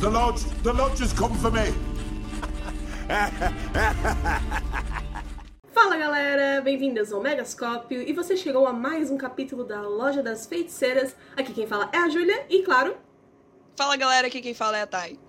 The Lord, the Lord just come for me. Fala galera, bem-vindas ao Megascópio e você chegou a mais um capítulo da Loja das Feiticeiras. Aqui quem fala é a Júlia e, claro, Fala galera, aqui quem fala é a Thay.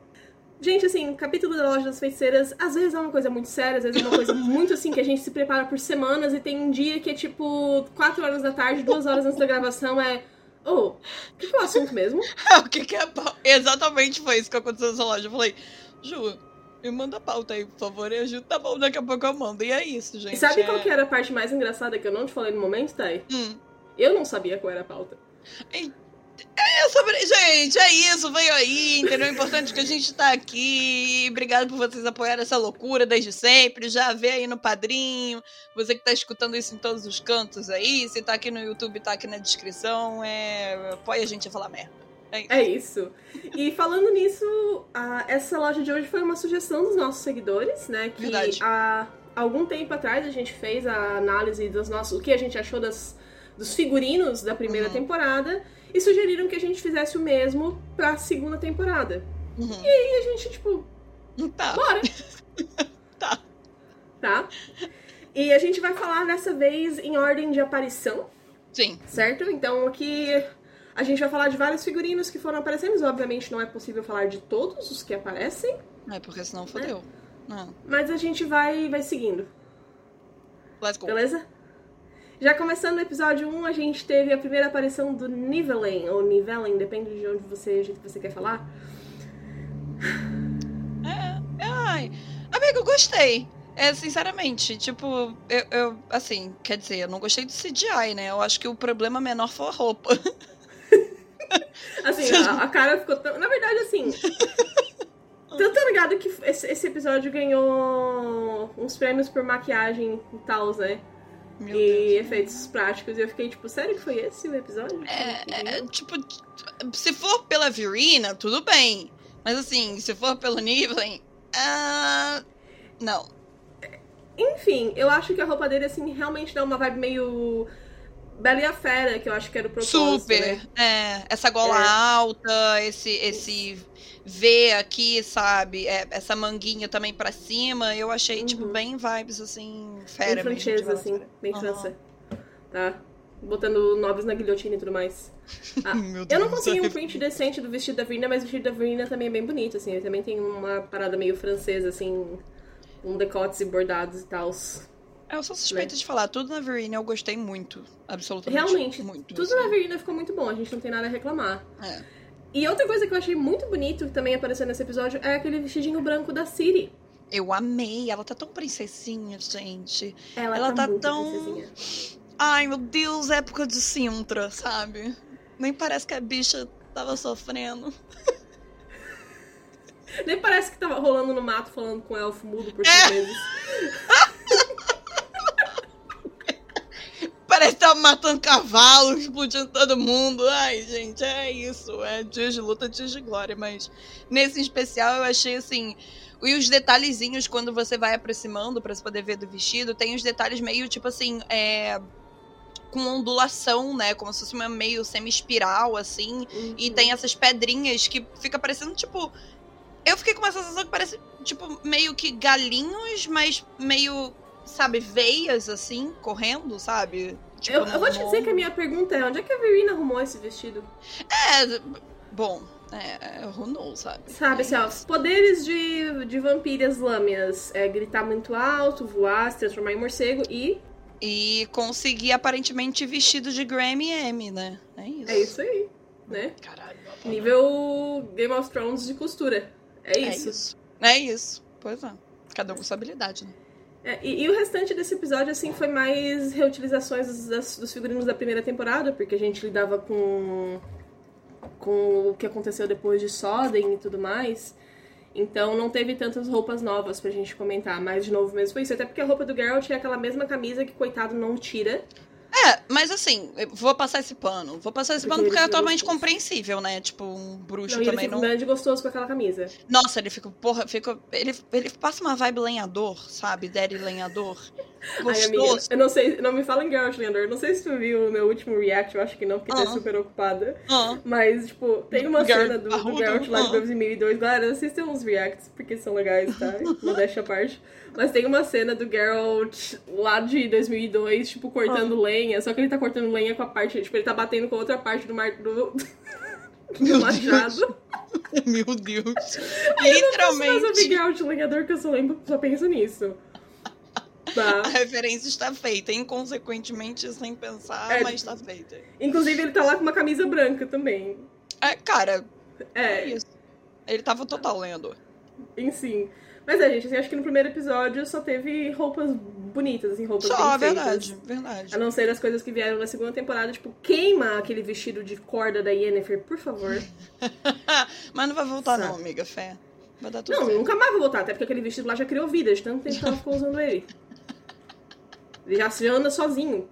gente, assim, capítulo da Loja das Feiticeiras às vezes é uma coisa muito séria, às vezes é uma coisa muito assim que a gente se prepara por semanas e tem um dia que é tipo 4 horas da tarde, 2 horas antes da gravação, é. Oh, o que que é o assunto mesmo? o que que é a pau? Exatamente foi isso que aconteceu nessa loja. Eu falei, Ju, me manda a pauta aí, por favor. E a Ju, tá bom, daqui a pouco eu mando. E é isso, gente. E sabe é... qual que era a parte mais engraçada que eu não te falei no momento, Thay? Hum. Eu não sabia qual era a pauta. É sobre... Gente, é isso, veio aí, entendeu? É importante que a gente tá aqui. Obrigado por vocês apoiarem essa loucura desde sempre. Já vê aí no padrinho. Você que tá escutando isso em todos os cantos aí. Se tá aqui no YouTube, tá aqui na descrição. É... Apoia a gente a falar merda. É isso. É isso. E falando nisso, a- essa loja de hoje foi uma sugestão dos nossos seguidores, né? Que Verdade. há algum tempo atrás a gente fez a análise dos nossos, o que a gente achou das, dos figurinos da primeira Uhum. temporada e sugeriram que a gente fizesse o mesmo pra segunda temporada. Uhum. E a gente, tipo, Tá. bora! Tá. Tá? E a gente vai falar dessa vez em ordem de aparição, Sim. certo? Então aqui a gente vai falar de vários figurinos que foram aparecendo, mas, obviamente não é possível falar de todos os que aparecem. É, porque senão fodeu. Não. Mas a gente vai, vai seguindo, Let's go. beleza? Já começando o episódio 1, a gente teve a primeira aparição do Nivellen, ou Nivellen, depende de onde você, jeito que você quer falar. É, ai. Amigo, eu gostei. É, sinceramente, tipo, eu, eu- assim, quer dizer, eu não gostei do CGI, né? Eu acho que o problema menor foi a roupa. Assim, a, a cara ficou tão. Na verdade, assim. Tanto tá ligado que esse, esse episódio ganhou uns prêmios por maquiagem e tal, né? Meu e Uhum. Deus. efeitos práticos. E eu fiquei tipo, sério que foi esse o episódio? É, é, tipo, se for pela Virina, tudo bem. Mas assim, se for pelo Niven, ah, não. é. Enfim, eu acho que a roupa dele, assim, realmente dá uma vibe meio. Bela e a Fera, que eu acho que era o propósito. né? Super. É, essa gola É. alta, esse esse V aqui, sabe? É, essa manguinha também pra cima, eu achei tipo Uhum. bem vibes assim, Bem fera mesmo, francesa, tipo, assim, bem Aham. França. Tá? Botando nobres na guilhotina e tudo mais. Ah, Meu Eu Deus não do consegui céu. um print decente do vestido da Verina, mas o vestido da Verina também é bem bonito, assim. Ele também tem uma parada meio francesa, assim, com decotes e bordados e tal. É, Eu sou né? suspeita de falar, tudo na Verena eu gostei muito, absolutamente. Realmente, muito. assim, tudo na Verina ficou muito bom, a gente não tem nada a reclamar. É. E outra coisa que eu achei muito bonito, que também apareceu nesse episódio, é aquele vestidinho branco da Siri. Eu amei, ela tá tão princesinha, gente. Ela, Ela tá muito tão- princesinha. Ai, meu Deus, época de Sintra, sabe? Nem parece que a bicha tava sofrendo. Nem parece que tava rolando no mato falando com o elfo mudo por É. cinco meses. Parece que tava matando cavalo, explodindo todo mundo. Ai, gente, é isso. É dias de luta, dias de glória. Mas nesse em especial eu achei assim. E os detalhezinhos, quando você vai aproximando pra se poder ver do vestido, tem os detalhes meio tipo assim. É, com ondulação, né? Como se fosse uma meio semi-espiral, assim. E Uhum. tem essas pedrinhas que fica parecendo, tipo. Eu fiquei com uma sensação que parece, tipo, meio que galinhos, mas meio, sabe, veias assim, correndo, sabe? Tipo, eu, eu vou te no- dizer que a minha pergunta é: onde é que a Verina arrumou esse vestido? É, bom, é, runou, sabe? Sabe, assim, ó, os poderes de, de vampiras lâminas é gritar muito alto, voar, se transformar em morcego e. E consegui aparentemente vestido de Grammy M, né? É isso. É isso aí, né? Caralho. Nível Game of Thrones de costura. É É isso. isso. É isso. Pois é. Cada um com sua habilidade, né? É, e, e o restante desse episódio, assim, foi mais reutilizações das- das- dos figurinos da primeira temporada, porque a gente lidava com, com o que aconteceu depois de Soden e tudo mais. Então não teve tantas roupas novas pra gente comentar, mas de novo mesmo foi isso. Até porque a roupa do Geralt é aquela mesma camisa que, coitado, não tira. É, mas assim, eu vou passar esse pano. Vou passar esse Porque pano porque é eles são totalmente bruxos. compreensível, né? Tipo, um bruxo Não, e ele também fica não. grande e gostoso com aquela camisa. Nossa, ele fica, porra, fica. Ele, ele passa uma vibe lenhador, sabe? Daddy lenhador. Ai, amiga, Gostoso. eu não sei, não me fala em Geralt Leandor. Eu não sei se tu viu o meu último react, eu acho que não, porque tu é Ah. super ocupada. Ah, Mas, tipo, tem uma Geralt cena do, do barrudo, Geralt lá de ah. 2002. Galera, assistam os reacts, porque são legais, tá? Modéstia à parte. Mas tem uma cena do Geralt lá de 2002, tipo, cortando Ah. lenha. Só que ele tá cortando lenha com a parte... Tipo, ele tá batendo com a outra parte do, mar, do, do Meu Deus. machado. Meu Deus. Mas eu vi Literalmente. Geralt Lenhador que eu só lembro, só penso nisso. Tá. A referência está feita, inconsequentemente, sem pensar, É. mas está feita. Inclusive, ele tá lá com uma camisa branca também. É, cara, é É, isso. Ele tava total lenhador. em sim. Mas é, gente, assim, acho que no primeiro episódio só teve roupas bonitas, assim, roupas Só, é bem verdade, feitas. verdade. A não ser as coisas que vieram na segunda temporada, tipo, queima aquele vestido de corda da Yennefer, por favor. mas não vai voltar, não, Sabe. amiga, fé. Vai dar tudo Não, certo. nunca mais vou voltar, até porque aquele vestido lá já criou vida, de tanto tempo que ela ficou usando ele. Ele já se anda sozinho.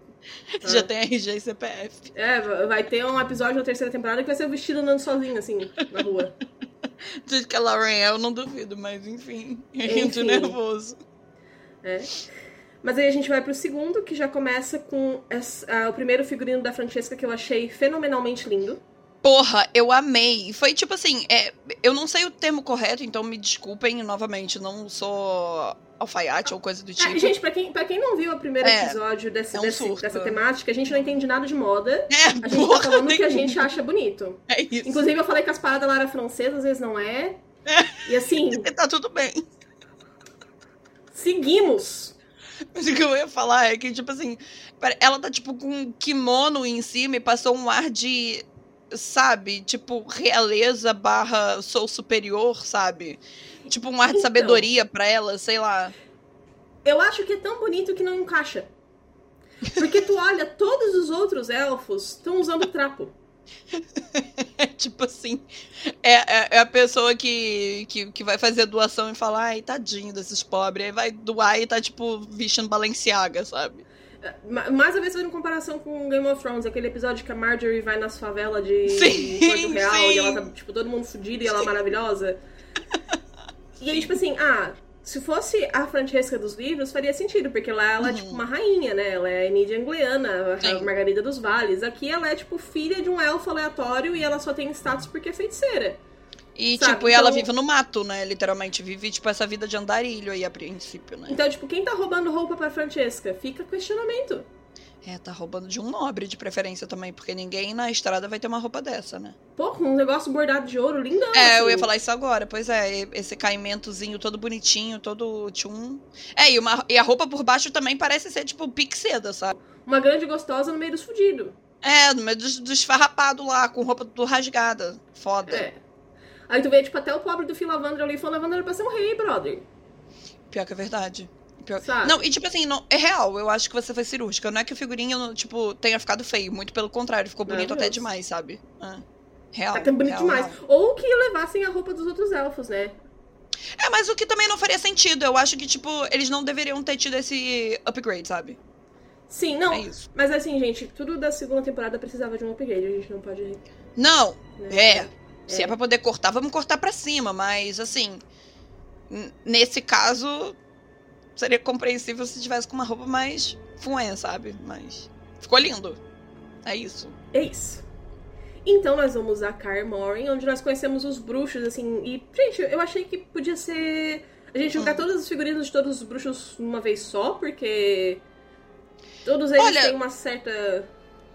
tá? Já tem RG e CPF. É, vai ter um episódio na terceira temporada que vai ser o vestido andando sozinho, assim, na rua. Diz que é Lauren eu não duvido, mas enfim. Enfim. Rindo nervoso. É. Mas aí a gente vai pro segundo, que já começa com essa- ah, o primeiro figurino da Francesca que eu achei fenomenalmente lindo. Porra, eu amei. Foi tipo assim, é, eu não sei o termo correto, então me desculpem novamente, não sou alfaiate ou coisa do É, tipo. gente, pra quem, pra quem não viu o primeiro É. episódio desse, É um desse- surto. dessa temática, a gente não entende nada de moda. é, A gente porra, tá falando o que a nenhuma. gente acha bonito. É isso. Inclusive, eu falei que as paradas lá eram francesas, às vezes não é. E assim, Tá tudo bem. seguimos. Mas o que eu ia falar é que, tipo assim, pare- ela tá, tipo, com um kimono em cima e passou um ar de, sabe, tipo, realeza barra sou superior, sabe? Tipo, um ar de Então. sabedoria pra ela, sei lá. Eu acho que é tão bonito que não encaixa. Porque tu olha, todos os outros elfos estão usando trapo. É tipo assim, é, é, é a pessoa que, que, que vai fazer a doação e fala, ai, tadinho desses pobres. Aí vai doar e tá, tipo, vestindo Balenciaga, sabe? Ma- Mais uma vez fazendo comparação com Game of Thrones, aquele episódio que a Marjorie vai nas favelas de Sim, Porto Real e sim. ela tá, tipo, todo mundo fudido e ela é maravilhosa. E aí, tipo assim, ah, se fosse a Francesca dos livros, faria sentido, porque lá ela é, Uhum. tipo, uma rainha, né? Ela é Nidia Angliana, a Sim. Margarida dos Vales. Aqui ela é, tipo, filha de um elfo aleatório e ela só tem status porque é feiticeira. E, Sabe, tipo, e ela então- vive no mato, né? Literalmente, vive, tipo, essa vida de andarilho aí, a princípio, né? Então, tipo, quem tá roubando roupa pra Francesca? Fica questionamento. É, tá roubando de um nobre de preferência também, porque ninguém na estrada vai ter uma roupa dessa, né? Pô, com um negócio bordado de ouro lindão, É, eu assim. ia falar isso agora. Pois é, e- esse caimentozinho todo bonitinho, todo tchum. É, e, uma, e a roupa por baixo também parece ser tipo pique seda, sabe? Uma grande gostosa no meio dos fudidos. É, no meio dos, dos farrapados lá, com roupa tudo rasgada. Foda. É. Aí tu vê, tipo, até o pobre do Phil Lavandro ali falando, Lavandro era pra ser um rei, brother. Pior que é verdade. Pior- Sabe? Não, e tipo assim, não, é real, eu acho que você foi cirúrgica. Não é que o figurinho, tipo, tenha ficado feio, muito pelo contrário, ficou bonito até Maravilhoso. demais, sabe? É. Real. Tá ficando bonito real, demais. real. Ou que levassem a roupa dos outros elfos, né? É, mas o que também não faria sentido. Eu acho que, tipo, eles não deveriam ter tido esse upgrade, sabe? Sim, não. É isso. Mas assim, gente, tudo da segunda temporada precisava de um upgrade, a gente não pode. Né? Não, é. Se É. é pra poder cortar, vamos cortar pra cima. Mas, assim, n- nesse caso, seria compreensível se tivesse com uma roupa mais fué, sabe? Mas ficou lindo. É isso. É isso. Então nós vamos a Carmorin, onde nós conhecemos os bruxos, assim, e, gente, eu achei que podia ser. A gente Hum. jogar todas as figurinas de todos os bruxos numa vez só, porque. Todos eles Olha- têm uma certa.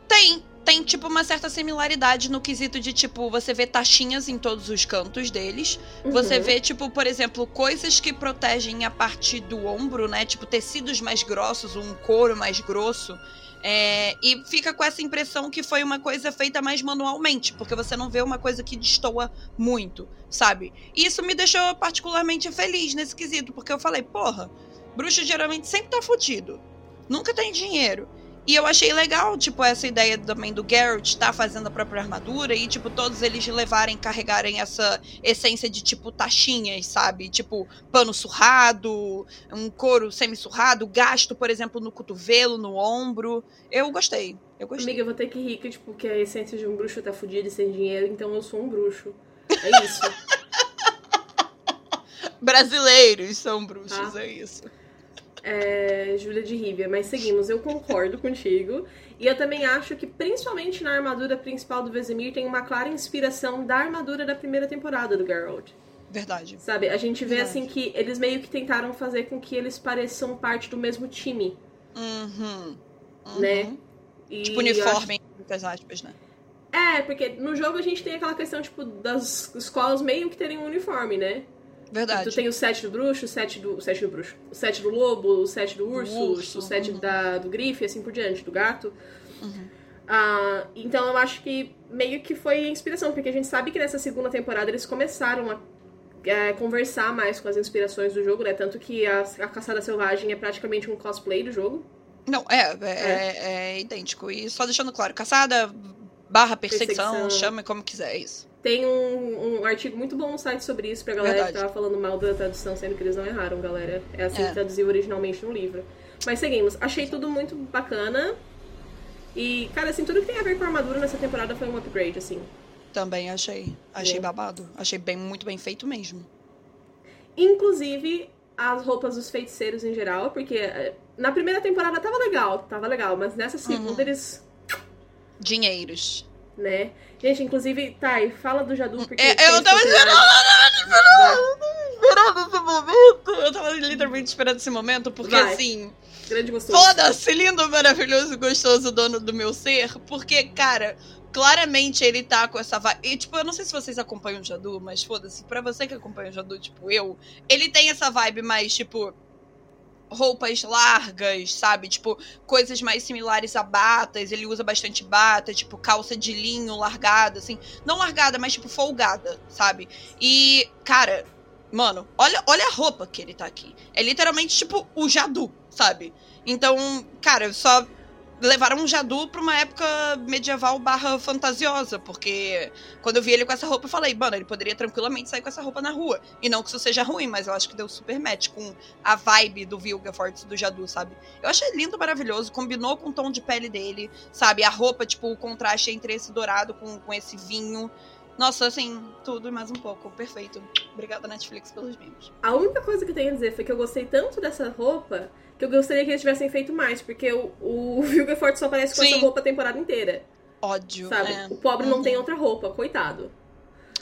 Tem. Tem, tipo, uma certa similaridade no quesito de, tipo, você vê taxinhas em todos os cantos deles. Você Uhum. vê, tipo, por exemplo, coisas que protegem a parte do ombro, né? Tipo, tecidos mais grossos, um couro mais grosso. É, e fica com essa impressão que foi uma coisa feita mais manualmente, porque você não vê uma coisa que destoa muito, sabe? E isso me deixou particularmente feliz nesse quesito, porque eu falei, porra, bruxo geralmente sempre tá fudido, nunca tem dinheiro. E eu achei legal, tipo, essa ideia também do Geralt estar fazendo a própria armadura e, tipo, todos eles levarem, carregarem essa essência de, tipo, taxinhas, sabe? Tipo, pano surrado, um couro semi-surrado, gasto, por exemplo, no cotovelo, no ombro. Eu gostei, eu gostei. Amiga, eu vou ter que rir que, tipo, que a essência de um bruxo tá fodida e sem dinheiro, então eu sou um bruxo. É isso. Brasileiros são bruxos, Ah. é isso. É, Júlia de Rivia, mas seguimos, eu concordo contigo. E eu também acho que, principalmente na armadura principal do Vesemir, tem uma clara inspiração da armadura da primeira temporada do Geralt. Verdade. Sabe, a gente vê Verdade. assim que eles meio que tentaram fazer com que eles pareçam parte do mesmo time. Uhum. Uhum. Né? E Tipo, uniforme, entre muitas aspas, né? É, porque no jogo a gente tem aquela questão, tipo, das escolas meio que terem um uniforme, né? Verdade. Tu tem o set do bruxo, o set do, o set do bruxo, o set do lobo, o set do urso, urso, o set uhum. da, do grife, assim por diante, do gato. Uhum. Ah, então eu acho que meio que foi a inspiração, porque a gente sabe que nessa segunda temporada eles começaram a é, conversar mais com as inspirações do jogo, né? Tanto que a, a Caçada Selvagem é praticamente um cosplay do jogo. Não, é, é, é- é idêntico. E só deixando claro, caçada barra perseguição, Perseguição. chame como quiser, é isso. Tem um, um artigo muito bom no site sobre isso pra galera Verdade. que tava falando mal da tradução, sendo que eles não erraram, galera. É assim É. que traduziu originalmente no livro. Mas seguimos. Achei tudo muito bacana. E, cara, assim, tudo que tem a ver com armadura nessa temporada foi um upgrade, assim. Também achei. Achei Bom. babado. Achei bem, muito bem feito mesmo. Inclusive as roupas dos feiticeiros em geral, porque eh, na primeira temporada tava legal, tava legal, mas nessa Uhum. segunda eles. Dinheiros. né? Gente, inclusive, tá, e fala do Jadu, porque. É, tem eu tava possibilidade- Esperando esse momento. Eu tava literalmente esperando esse momento, porque Vai. assim. Vai, Grande gostoso. Foda-se, lindo, maravilhoso, gostoso, dono do meu ser. Porque, cara, claramente ele tá com essa vibe. E, tipo, eu não sei se vocês acompanham o Jadu, mas foda-se, pra você que acompanha o Jadu, tipo, eu, ele tem essa vibe mais, tipo. Roupas largas, sabe? Tipo, coisas mais similares a batas. Ele usa bastante bata, tipo, calça de linho largada, assim. Não largada, mas, tipo, folgada, sabe? E, cara, mano, olha, olha a roupa que ele tá aqui. É literalmente, tipo, o Jadu, sabe? Então, cara, só levaram um Jadu pra uma época medieval barra fantasiosa, porque quando eu vi ele com essa roupa, eu falei, mano, ele poderia tranquilamente sair com essa roupa na rua. E não que isso seja ruim, mas eu acho que deu super match com a vibe do Vilgefortz e do Jadu, sabe? Eu achei lindo, maravilhoso, combinou com o tom de pele dele, sabe? A roupa, tipo, o contraste entre esse dourado com, com esse vinho. Nossa, assim, tudo e mais um pouco. Perfeito. Obrigada, Netflix, pelos memes. A única coisa que eu tenho a dizer foi que eu gostei tanto dessa roupa que eu gostaria que eles tivessem feito mais, porque o, o Vilgefort só aparece com Sim. essa roupa a temporada inteira, Ódio. sabe? É, O pobre Uhum. não tem outra roupa, coitado.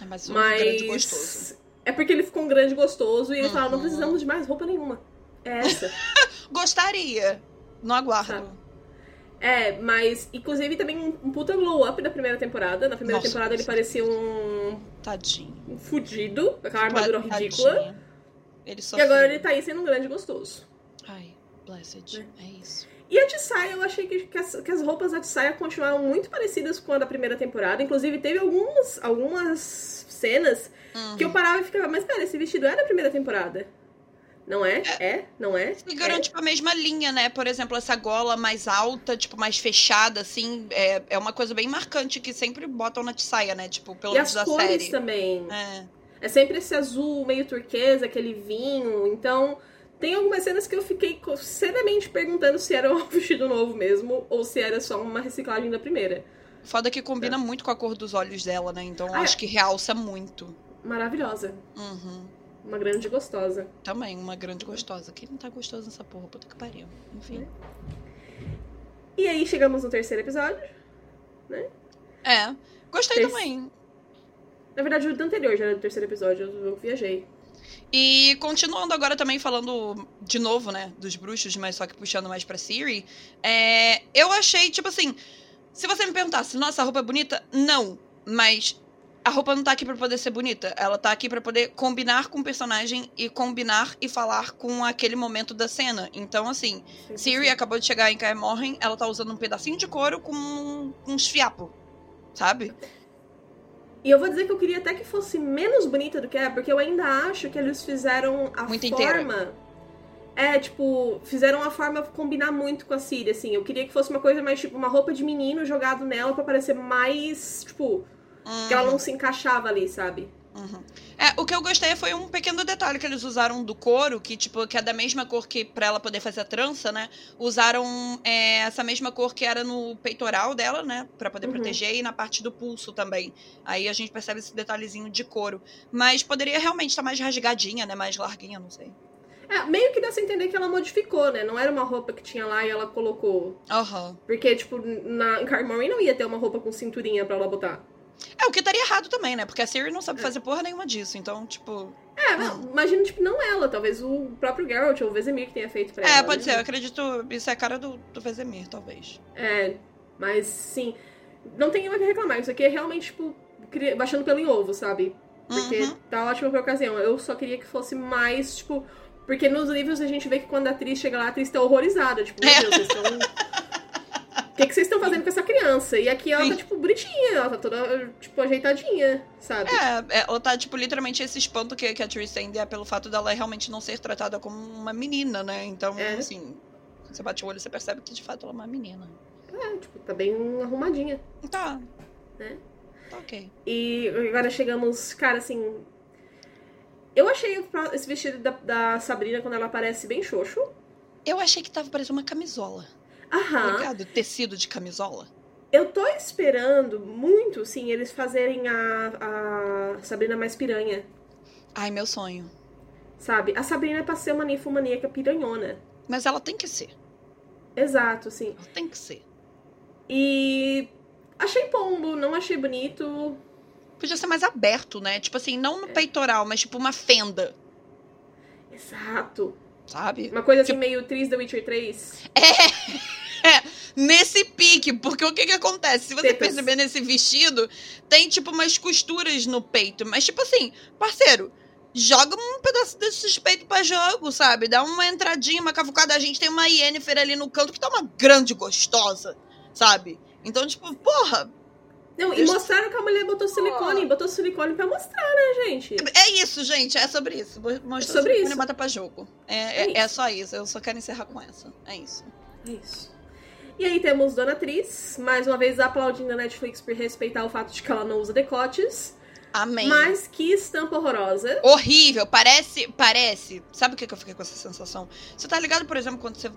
é mais um grande gostoso. Mas. É porque ele ficou um grande gostoso e ele Uhum. fala: não precisamos de mais roupa nenhuma. É essa. Gostaria. Não aguardo. É, mas inclusive também um um puta glow up da primeira temporada. Na primeira Nossa, temporada ele sim. parecia um, Tadinho. um fudido, com aquela armadura Tadinho. ridícula. Ele só E agora ele tá aí sendo um grande gostoso. Ai, blessed. É isso. E a de saia, eu achei que, que, as, que as roupas da de saia continuaram muito parecidas com a da primeira temporada. Inclusive, teve algumas, algumas cenas Uhum. que eu parava e ficava, mas pera, esse vestido é da primeira temporada. Não é? É? Não é? Seguiram, É? tipo, a mesma linha, né? Por exemplo, essa gola mais alta, tipo, mais fechada, assim, é, é uma coisa bem marcante que sempre botam na saia, né? Tipo, pelo E menos as da cores série. também. É. É sempre esse azul meio turquesa, aquele vinho. Então, tem algumas cenas que eu fiquei co- seriamente perguntando se era um vestido novo mesmo ou se era só uma reciclagem da primeira. Foda que combina muito com a cor dos olhos dela, né? Então eu É. Ah, acho que realça muito. Maravilhosa. Uhum. Uma grande gostosa. Também, uma grande gostosa. Quem não tá gostoso nessa porra? Puta que pariu. Enfim. E aí, chegamos no terceiro episódio. É. Gostei Terce- também. Na verdade, o do anterior já era do terceiro episódio, eu eu viajei. E continuando agora também falando de novo, né, dos bruxos, mas só que puxando mais pra Siri, é, eu achei, tipo assim, se você me perguntasse, nossa, a roupa é bonita? Não, mas a roupa não tá aqui pra poder ser bonita, ela tá aqui pra poder combinar com o personagem e combinar e falar com aquele momento da cena. Então, assim, Siri acabou de chegar em Kaer Morhen, ela tá usando um pedacinho de couro com uns fiapos, sabe? E eu vou dizer que eu queria até que fosse menos bonita do que é, porque eu ainda acho que eles fizeram a Muito inteira. forma. É, tipo, fizeram uma forma combinar muito com a Síria, assim. Eu queria que fosse uma coisa mais, tipo, uma roupa de menino jogado nela pra parecer mais, tipo, que ela não se encaixava ali, sabe? Uhum. É, o que eu gostei foi um pequeno detalhe que eles usaram do couro, que tipo, que é da mesma cor que pra ela poder fazer a trança, né? Usaram é, essa mesma cor que era no peitoral dela, né? Pra poder Uhum. proteger e na parte do pulso também. Aí a gente percebe esse detalhezinho de couro. Mas poderia realmente estar mais rasgadinha, né? Mais larguinha, não sei. É, meio que dá pra entender que ela modificou, né? Não era uma roupa que tinha lá e ela colocou. Aham. Porque, tipo, na em Carmory não ia ter uma roupa com cinturinha pra ela botar. É, o que estaria errado também, né? Porque a Siri não sabe fazer porra nenhuma disso. Então, tipo. É, mas imagina, tipo, não ela, talvez o próprio Geralt ou o Vezemir que tenha feito pra ela. É, pode né? ser. Eu acredito. Isso é a cara do, do Vezemir, talvez. É, mas sim. Não tem o que reclamar. Isso aqui é realmente, tipo, cri- baixando pelo em ovo, sabe? Porque Uhum. tá ótimo pra ocasião. Eu só queria que fosse mais, tipo. Porque nos livros a gente vê que quando a atriz chega lá, a atriz tá horrorizada. Tipo, meu É. Deus, vocês estão. O que, que vocês estão fazendo com essa criança? E aqui ela Sim. tá, tipo, bonitinha, ela tá toda, tipo, ajeitadinha, sabe? É, é, ou tá, tipo, literalmente esse espanto que, que a Triss tem é pelo fato dela realmente não ser tratada como uma menina, né? Então, É. assim, quando você bate o olho, você percebe que de fato ela é uma menina. É, tipo, tá bem arrumadinha. Tá. É. Tá ok. E agora chegamos, cara, assim. Eu achei o pro- esse vestido da, da Sabrina quando ela aparece bem xoxo. Eu achei que tava parecendo uma camisola. tá Aham. Ligado? Tecido de camisola. Eu tô esperando muito, sim, eles fazerem a, a Sabrina mais piranha, Ai, meu sonho. sabe? A Sabrina é pra ser uma ninfomaníaca piranhona. Mas ela tem que ser. Exato, sim. Ela tem que ser. E achei pombo, não achei bonito. Podia ser mais aberto, né? Tipo assim, não É. no peitoral, mas tipo uma fenda, Exato. sabe? Uma coisa assim meio Tris The Witcher 3. nesse pique, porque o que que acontece? Se você Tetas. perceber nesse vestido, tem tipo umas costuras no peito, mas tipo assim, parceiro, joga um pedaço desse peito pra jogo, sabe? Dá uma entradinha, uma cavucada, a gente tem uma Yennefer ali no canto que tá uma grande gostosa, sabe? Então, tipo, porra, Não, e Deixa- mostraram que a mulher botou silicone, botou silicone pra mostrar, né, gente? é isso, gente, é sobre isso. Mostra sobre silicone isso. e bota pra jogo. É, é, É é só isso, eu só quero encerrar com essa. É isso. É isso. E aí temos Dona Atriz, mais uma vez aplaudindo a Netflix por respeitar o fato de que ela não usa decotes. Amém. Mas que estampa horrorosa. Horrível, parece, parece. Sabe o que, que eu fiquei com essa sensação? Você tá ligado, por exemplo, quando você.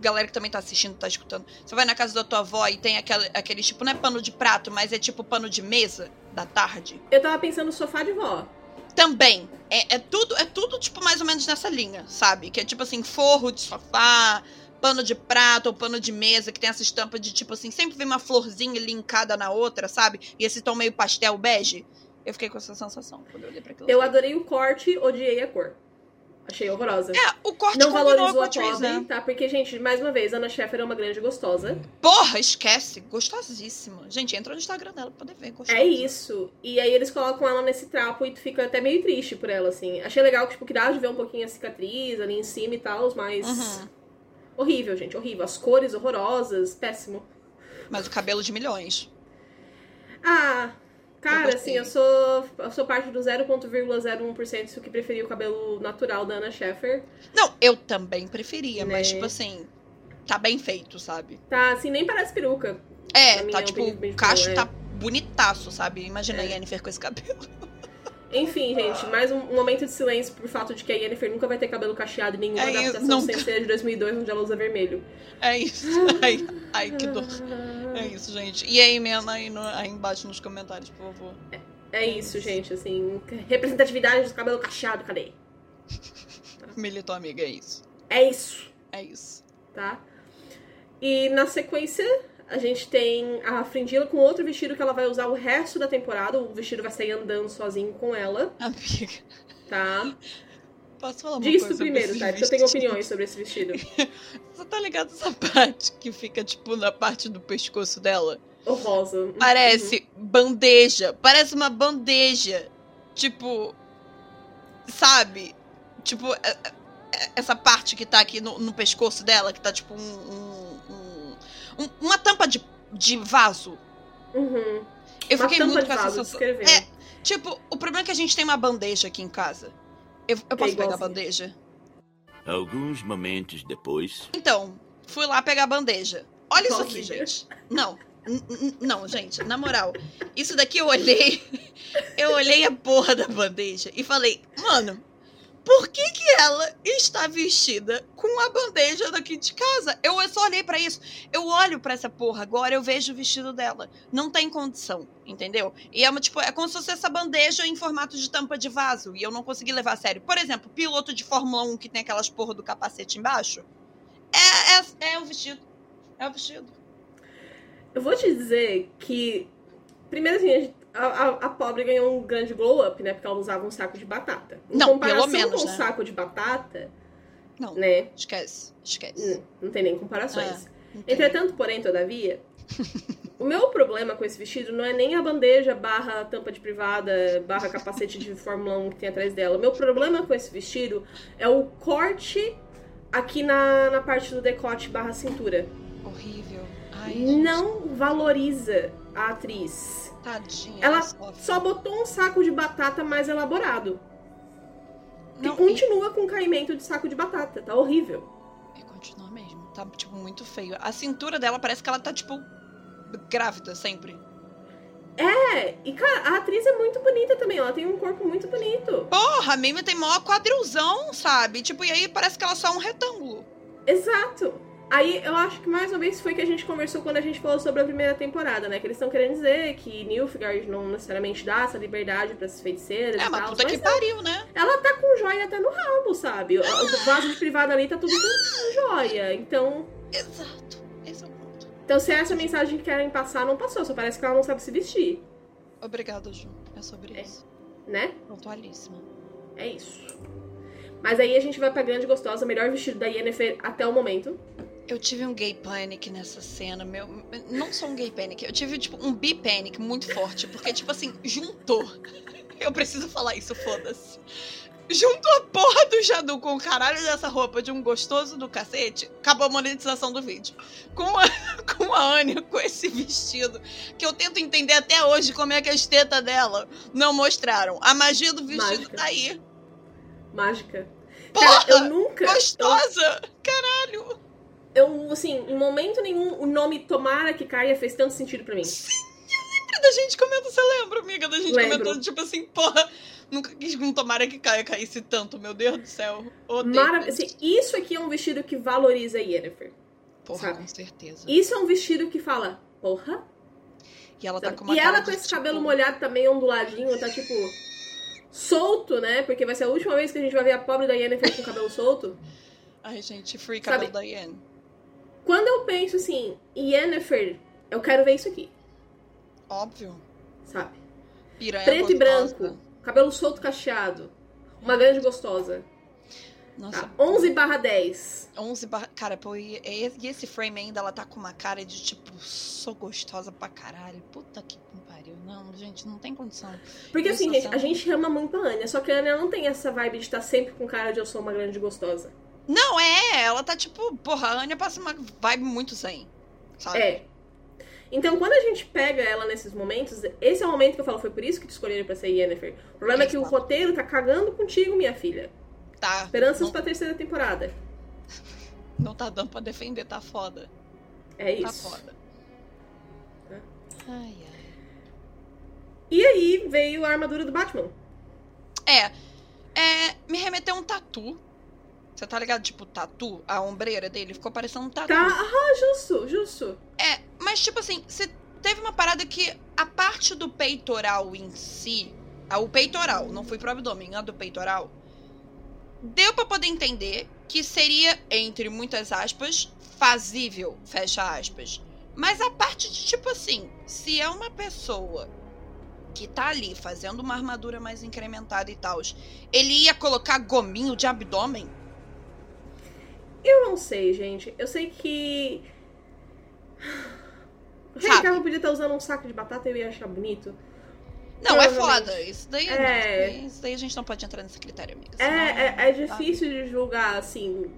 Galera que também tá assistindo, tá escutando. Você vai na casa da tua avó e tem aquele, aquele tipo, não é pano de prato, mas é tipo pano de mesa da tarde. Eu tava pensando no sofá de vó. Também. É, é tudo, é tudo, tipo, mais ou menos nessa linha, sabe? Que é tipo assim, forro de sofá, pano de prato ou pano de mesa, que tem essa estampa de tipo assim, sempre vem uma florzinha linkada na outra, sabe? E esse tom meio pastel bege. Eu fiquei com essa sensação quando eu olhei pra aquilo. Eu adorei o corte, odiei a cor. Achei horrorosa. É, o corte não combinou valorizou com a a Tris, né? pobre, tá? Porque, gente, mais uma vez, Ana Sheffer é uma grande gostosa. Porra, esquece. Gostosíssima. Gente, entra no Instagram dela pra poder ver. Gostosa. É isso. E aí eles colocam ela nesse trapo e tu fica até meio triste por ela, assim. Achei legal que, tipo, que dá de ver um pouquinho a cicatriz ali em cima e tal, mas. Uhum. Horrível, gente, horrível. As cores horrorosas, péssimo. Mas o cabelo de milhões. Ah, cara, Eu assim, gostei. eu sou, eu sou parte do 0,01% que preferiu o cabelo natural da Ana Sheffer. Não, eu também preferia, mas Né. tipo assim, tá bem feito, sabe? Tá, assim, nem parece peruca. É, Pra mim tá é tipo, bem- bem o cacho bom, é. tá bonitaço, sabe? Imagina É. a Yennefer com esse cabelo. Enfim, gente, mais um um momento de silêncio por fato de que a Yennefer nunca vai ter cabelo cacheado em nenhuma É, eu adaptação nunca. sem ser de 2002, onde ela usa vermelho. É isso. Ai, ai, que dor. É isso, gente. E aí, Mena, aí, no- aí embaixo nos comentários, por favor. É isso, gente, assim, representatividade do cabelo cacheado, cadê? Militou, amiga, é isso. É isso. É isso. tá? E na sequência, a gente tem a Frindila com outro vestido que ela vai usar o resto da temporada. O vestido vai sair andando sozinho com ela, Amiga, tá? posso falar uma Diz coisa? tu sobre primeiro, esse tá? Porque eu tenho vestido? opiniões sobre esse vestido. Você tá ligado essa parte que fica, tipo, na parte do pescoço dela? O rosa. Parece bandeja. Parece uma bandeja. Tipo. Sabe? Tipo, é- é- essa parte que tá aqui no, no pescoço dela, que tá tipo um. um- um- um- uma tampa de, de vaso. Uhum. Eu Uma fiquei tampa muito de com essa vaso, sensação. descreveu. É, tipo, o problema é que a gente tem uma bandeja aqui em casa. Eu, eu posso pegar a igualzinho. bandeja? Alguns momentos depois. Então, fui lá pegar a bandeja. Olha isso Qual aqui, bandeja? gente. Não. n- n- Não, gente, na moral, isso daqui eu olhei, eu olhei a porra da bandeja e falei, mano, por que que ela está vestida com a bandeja daqui de casa? Eu só olhei pra isso, eu olho pra essa porra agora, eu vejo o vestido dela, não tem condição, entendeu? E é uma, tipo, é como se fosse essa bandeja em formato de tampa de vaso e eu não consegui levar a sério. Por exemplo, piloto de Fórmula 1 que tem aquelas porra do capacete embaixo, é, é, é o vestido. É o vestido. Eu vou te dizer que. Primeiro, assim, a gente- a, a- a pobre ganhou um grande glow up, né? Porque ela usava um saco de batata. Em Não, pelo comparação menos, com né? um saco de batata, Não, né? esquece. Esquece. hum, Não tem nem comparações. Não tem. Entretanto, porém, todavia, o meu problema com esse vestido não é nem a bandeja barra tampa de privada barra capacete de Fórmula 1 que tem atrás dela. O meu problema com esse vestido é o corte aqui na, na parte do decote barra cintura. Horrível. Ai, Não valoriza a atriz. gente, tadinha. Ela sofre. Só botou um saco de batata mais elaborado. Não, e continua com o caimento de saco de batata. Tá horrível. e, e continua mesmo. Tá, tipo, muito feio. A cintura dela parece que ela tá, tipo, grávida sempre. É, e cara, a atriz é muito bonita também. Ela tem um corpo muito bonito. Porra, a Mimi tem maior quadrilzão, sabe? Tipo, e aí parece que ela é só é um retângulo. Exato. Aí eu acho que mais uma vez foi que a gente conversou quando a gente falou sobre a primeira temporada, né? Que eles estão querendo dizer que Nilfgaard não necessariamente dá essa liberdade pras feiticeiras É, e uma tal. puta que Mas pariu, né? ela tá com joia até no rabo, sabe? O- O vaso de privado ali tá tudo com joia. Então, Exato. Esse é o ponto. então se essa é a mensagem que querem passar, não passou. Só parece que ela não sabe se vestir, Obrigada, Ju. É sobre É. isso. né? Pontualíssima. É isso. Mas aí a gente vai pra grande gostosa, melhor vestido da Yennefer até o momento. Eu tive um gay panic nessa cena, meu. Não só um gay panic, eu tive, tipo, um bi panic muito forte, porque, tipo assim, juntou. Eu preciso falar isso, foda-se. Juntou a porra do Jadu com o caralho dessa roupa de um gostoso do cacete, acabou a monetização do vídeo. Com a, com a Anne com esse vestido, que eu tento entender até hoje como é que as tetas dela não mostraram. A magia do vestido Mágica. tá aí. Mágica. Porra! Cara, eu nunca. eu Gostosa! Eu, assim, em momento nenhum, o nome Tomara que Caia fez tanto sentido pra mim. Lembra É da gente comenta, você lembra, amiga? Da gente Lembro. comentando, tipo assim, porra, nunca quis um tomara que caia, caísse tanto, meu Deus do céu. Odeio. Mara... assim, isso aqui é um vestido que valoriza a Yennefer. Porra, sabe? com certeza. E, Isso é um vestido que fala, porra. ela tá sabe? com uma e cara ela com de, esse tipo, cabelo molhado também, onduladinho, tá tipo. solto, né? Porque vai ser a última vez que a gente vai ver a pobre da Yennefer com o cabelo solto. Ai, gente, free Sabe? cabelo da Ian. Quando eu penso assim, Yennefer, eu quero ver isso aqui, Óbvio. sabe? Piranha Preto e é gostosa. branco, cabelo solto cacheado, uma grande gostosa. Nossa, Tá? 11 barra 10. 11 barra... Cara, pô, e, e esse frame ainda, ela tá com uma cara de, tipo, sou gostosa pra caralho. Puta que pariu. Não, gente, não tem condição. Porque assim, gente, Sensação. a gente ama muito a Anya, só que a Anya não tem essa vibe de estar sempre com cara de eu sou uma grande gostosa. Não, é, ela tá, tipo, porra, a Anya passa uma vibe muito zen, sabe? É. Então, quando a gente pega ela nesses momentos, esse é o momento que eu falo, foi por isso que te escolheram pra ser Yennefer. O problema é que o Exato. roteiro tá cagando contigo, minha filha. Tá. Esperanças pra terceira temporada. Não tá dando pra defender, tá foda. É Tá isso. foda. Né? Ai, ai. e aí veio a armadura do Batman. É, me remeteu um tatu. Você tá ligado? Tipo, tatu, a ombreira dele ficou parecendo um tatu. Tá, ah, justo, justo. É, mas tipo assim, você teve uma parada que a parte do peitoral em si, a- o peitoral, não fui pro abdômen, a do peitoral, deu pra poder entender que seria, entre muitas aspas, fazível, fecha aspas. Mas a parte de tipo assim, se é uma pessoa que tá ali fazendo uma armadura mais incrementada e tal, ele ia colocar gominho de abdômen? Eu não sei, gente. Eu sei que. O Sabe. Henrique podia estar usando um saco de batata e eu ia achar bonito. Não, é Provavelmente. foda. Isso daí, É. não, isso daí a gente não pode entrar nesse critério, amiga. É, senão- tá. é, é difícil de julgar, assim,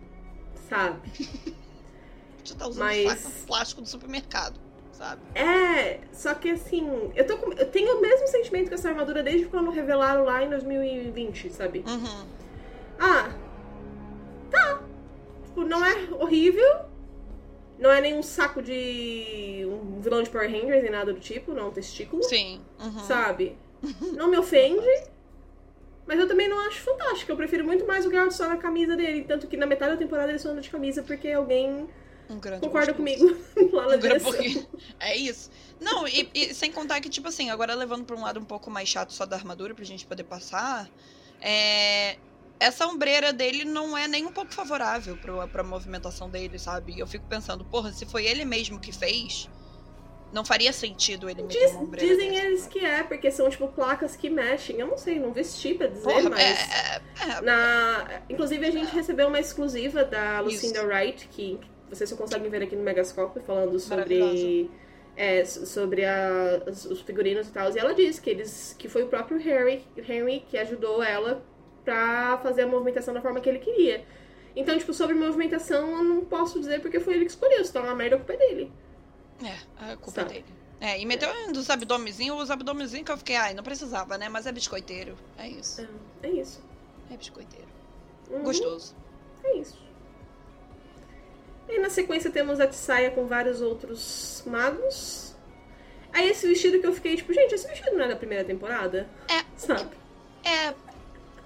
sabe? gente tá usando Mas- saco plástico do supermercado, sabe? É, só que assim, eu, tô com- eu tenho o mesmo sentimento com essa armadura desde quando revelaram lá em 2020, sabe? Uhum. Ah, tá, não é horrível. Não é nenhum saco de. um vilão de Power Rangers nem nada do tipo, não é um testículo. Sim. uhum. Sabe? Não me ofende. Mas eu também não acho fantástico. Eu prefiro muito mais o Geralt só na camisa dele. Tanto que na metade da temporada ele só anda de camisa porque alguém Um grande concorda gostoso. comigo lá na Um grande direção. pouquinho. É isso. Não, e, e sem contar que, tipo assim, agora levando pra um lado um pouco mais chato só da armadura pra gente poder passar, é, essa ombreira dele não é nem um pouco favorável pro, pra movimentação dele, sabe? E Eu fico pensando, porra, se foi ele mesmo que fez, não faria sentido ele meter Diz- uma ombreira dizem dessa. eles que é, porque são, tipo, placas que mexem. Eu não sei, não vesti pra dizer, Porra, mas. é, é, Na... Inclusive, a gente recebeu uma exclusiva da Lucinda Isso. Wright, que vocês só conseguem ver aqui no Megascope, falando sobre. Maravilhosa. é, so- sobre a- os os figurinos e tal. E ela disse que eles que foi o próprio Harry, Henry que ajudou ela pra fazer a movimentação da forma que ele queria. Então, tipo, sobre movimentação, eu não posso dizer porque foi ele que escolheu. Se tá uma merda, a culpa é dele. É, a culpa Sabe? dele. É, e meteu um dos abdomenzinhos, os abdomenzinhos que eu fiquei, ai, não precisava, né? Mas é biscoiteiro. É isso. É isso. É biscoiteiro. Uhum. Gostoso. É isso. E na sequência temos a Tissaia com vários outros magos. Aí esse vestido que eu fiquei, tipo, gente, esse vestido não é da primeira temporada? É. Sabe? É.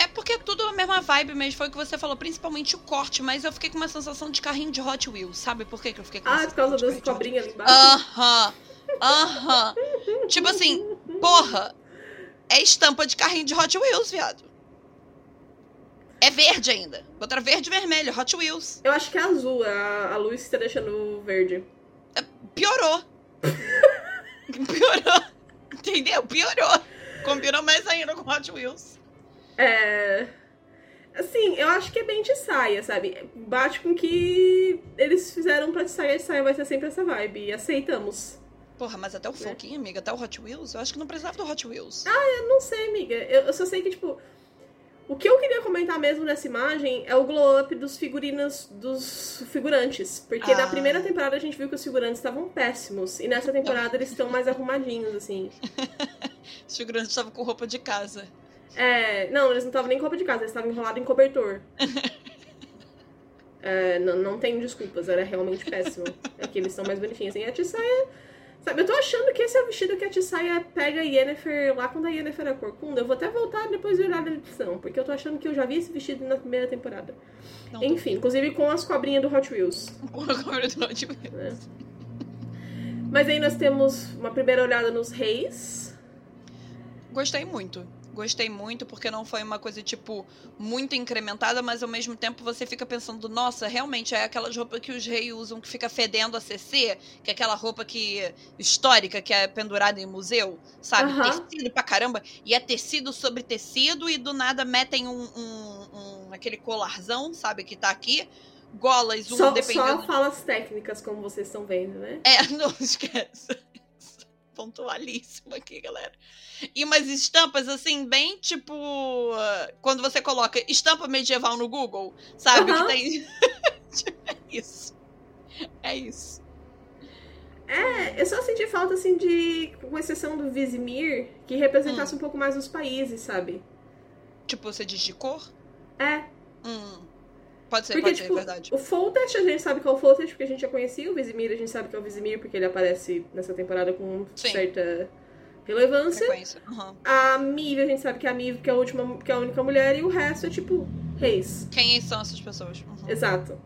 É porque é tudo a mesma vibe mesmo, foi o que você falou, principalmente o corte, mas eu fiquei com uma sensação de carrinho de Hot Wheels, sabe por que que eu fiquei com Ah, essa por causa sensação de das carrinho de Hot cobrinhas ali embaixo. Aham. Aham. tipo assim, porra. É estampa de carrinho de Hot Wheels, viado. É verde ainda. Outra verde e vermelho, Hot Wheels. Eu acho que é azul, a, a luz está deixando verde. Piorou. Piorou. Entendeu? Piorou. Combinou mais ainda com Hot Wheels. É. Assim, eu acho que é bem Tissaia, sabe? Bate com o que eles fizeram pra Tissaia, Tissaia vai ser sempre essa vibe. E aceitamos. Porra, mas até o Foquinho, amiga, até o Hot Wheels, eu acho que não precisava do Hot Wheels. Não sei, amiga. Eu, eu só sei que, tipo. O que eu queria comentar mesmo nessa imagem é o glow up dos figurinos dos figurantes. Porque na Ah. primeira temporada a gente viu que os figurantes estavam péssimos. E nessa temporada eles estão mais arrumadinhos, assim. Os figurantes estavam com roupa de casa. É. Não, eles não estavam nem em roupa de casa, eles estavam enrolados em cobertor. É, não, não tenho desculpas, era realmente péssimo. É que eles são mais bonitinhos. E a Tissaia. Sabe, eu tô achando que esse é o vestido que a Tissaia pega a Yennefer lá quando a Yennefer era corcunda. Eu vou até voltar depois e olhar na edição, porque eu tô achando que eu já vi esse vestido na primeira temporada. Não, Enfim, inclusive com as cobrinhas do Hot Wheels. com a câmera do Hot Wheels. né? Mas aí nós temos uma primeira olhada nos reis. Gostei muito. Gostei muito, porque não foi uma coisa, tipo, muito incrementada, mas ao mesmo tempo você fica pensando, nossa, realmente é aquelas roupas que os reis usam que fica fedendo a CC, que é aquela roupa que histórica que é pendurada em museu, sabe? Aham. Tecido pra caramba. E é tecido sobre tecido, e do nada metem um, um- um- aquele colarzão, sabe, que tá aqui. Golas, um Só, dependendo só falas técnicas, como vocês estão vendo, né? É, não esquece. Pontualíssimo aqui, galera. E umas estampas, assim, bem tipo. ah, Quando você coloca estampa medieval no Google, sabe? Aham. Que tem. é isso. É isso. É, eu só senti falta, assim, de. Com exceção do Vizimir, que Hum. representasse um pouco mais os países, sabe? Tipo, você diz de cor? É. Hum. Pode ser, Porque, pode ser, tipo, é verdade. O Foltest a gente sabe que é o Foltest porque a gente já conhecia. O Vizimir a gente sabe que é o Vizimir porque ele aparece nessa temporada com Sim. certa relevância. Frequência. Aham. A Miv a gente sabe que é a Miv, que é a última, que é a única mulher, e o resto é tipo reis. Quem são essas pessoas? Uhum. Exato.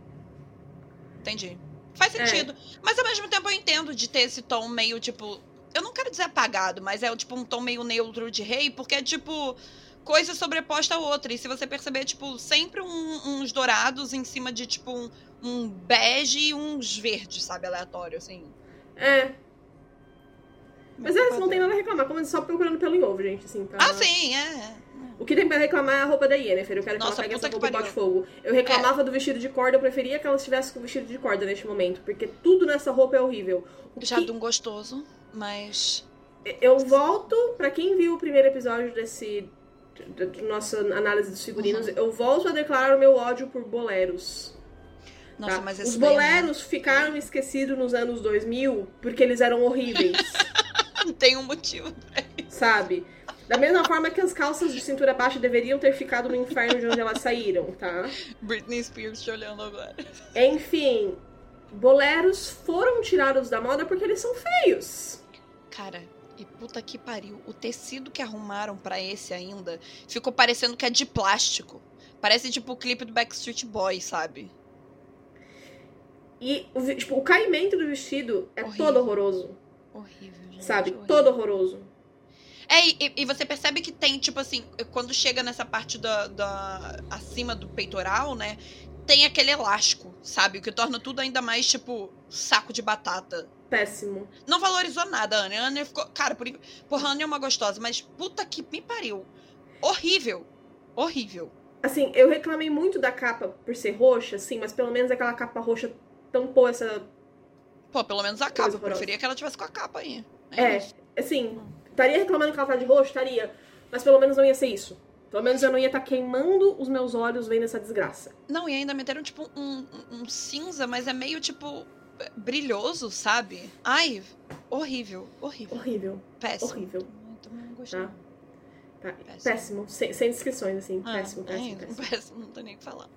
Entendi. Faz É. sentido. Mas ao mesmo tempo eu entendo de ter esse tom meio, tipo. Eu não quero dizer apagado, mas é tipo um tom meio neutro de rei, porque é tipo. Coisa sobreposta a outra. E se você perceber, tipo, sempre um- uns dourados em cima de, tipo, um, um bege e uns verdes, sabe? Aleatório, assim. É. Mas é, você não tem nada a reclamar, como só procurando pelo em ovo, gente, assim, tá? Ah, sim, é. O que tem pra reclamar é a roupa da Yennefer. Eu quero que Nossa, ela pegue puta essa que roupa e pariu. É. bote fogo. Eu reclamava do vestido de corda, eu preferia que ela estivesse com o vestido de corda neste momento. Porque tudo nessa roupa é horrível. O Já que- de um gostoso, mas. Eu volto, pra quem viu o primeiro episódio desse... da- da Nossa análise dos figurinos, Uhum. eu volto a declarar o meu ódio por boleros. Nossa, tá? mas esse Os daí é boleros ficaram esquecidos nos anos 2000 porque eles eram horríveis. muito- Tem um motivo. sabe? Da mesma forma que as calças de cintura baixa deveriam ter ficado no inferno de onde elas saíram, tá? Britney Spears te olhando agora. Enfim, boleros foram tirados da moda porque eles são feios. Cara, e puta que pariu. O tecido que arrumaram pra esse ainda ficou parecendo que é de plástico. Parece tipo o clipe do Backstreet Boys, sabe? E o, vi- tipo, o caimento do vestido é Horrível. todo horroroso, Horrível, gente. sabe? horrível. Todo horroroso. É, e, e você percebe que tem, tipo assim, quando chega nessa parte da, da- acima do peitoral, né? Tem aquele elástico, sabe? O que torna tudo ainda mais, tipo, saco de batata. Péssimo. Não valorizou nada, a Anne. A Anne ficou. Cara, por... enquanto- porra, a Anne é uma gostosa, mas puta que me pariu. Horrível. Horrível. Assim, eu reclamei muito da capa por ser roxa, sim, mas pelo menos aquela capa roxa tampou essa. Pô, pelo menos a capa. Coisa Eu horrorosa. preferia que ela tivesse com a capa aí. Né? É, assim, Hum. estaria reclamando que ela tá de roxo? Estaria. Mas pelo menos não ia ser isso. Pelo menos eu não ia estar queimando os meus olhos vendo essa desgraça. Não, e ainda meteram, tipo, um, um- um cinza, mas é meio, tipo, brilhoso, sabe? Ai, horrível. Horrível. Horrível, Péssimo. horrível. Ai, também não gostei. Tá. Tá, Péssimo. péssimo. Sem, sem descrições, assim. Ah, péssimo, péssimo, ai, péssimo. não tem nem o que falar.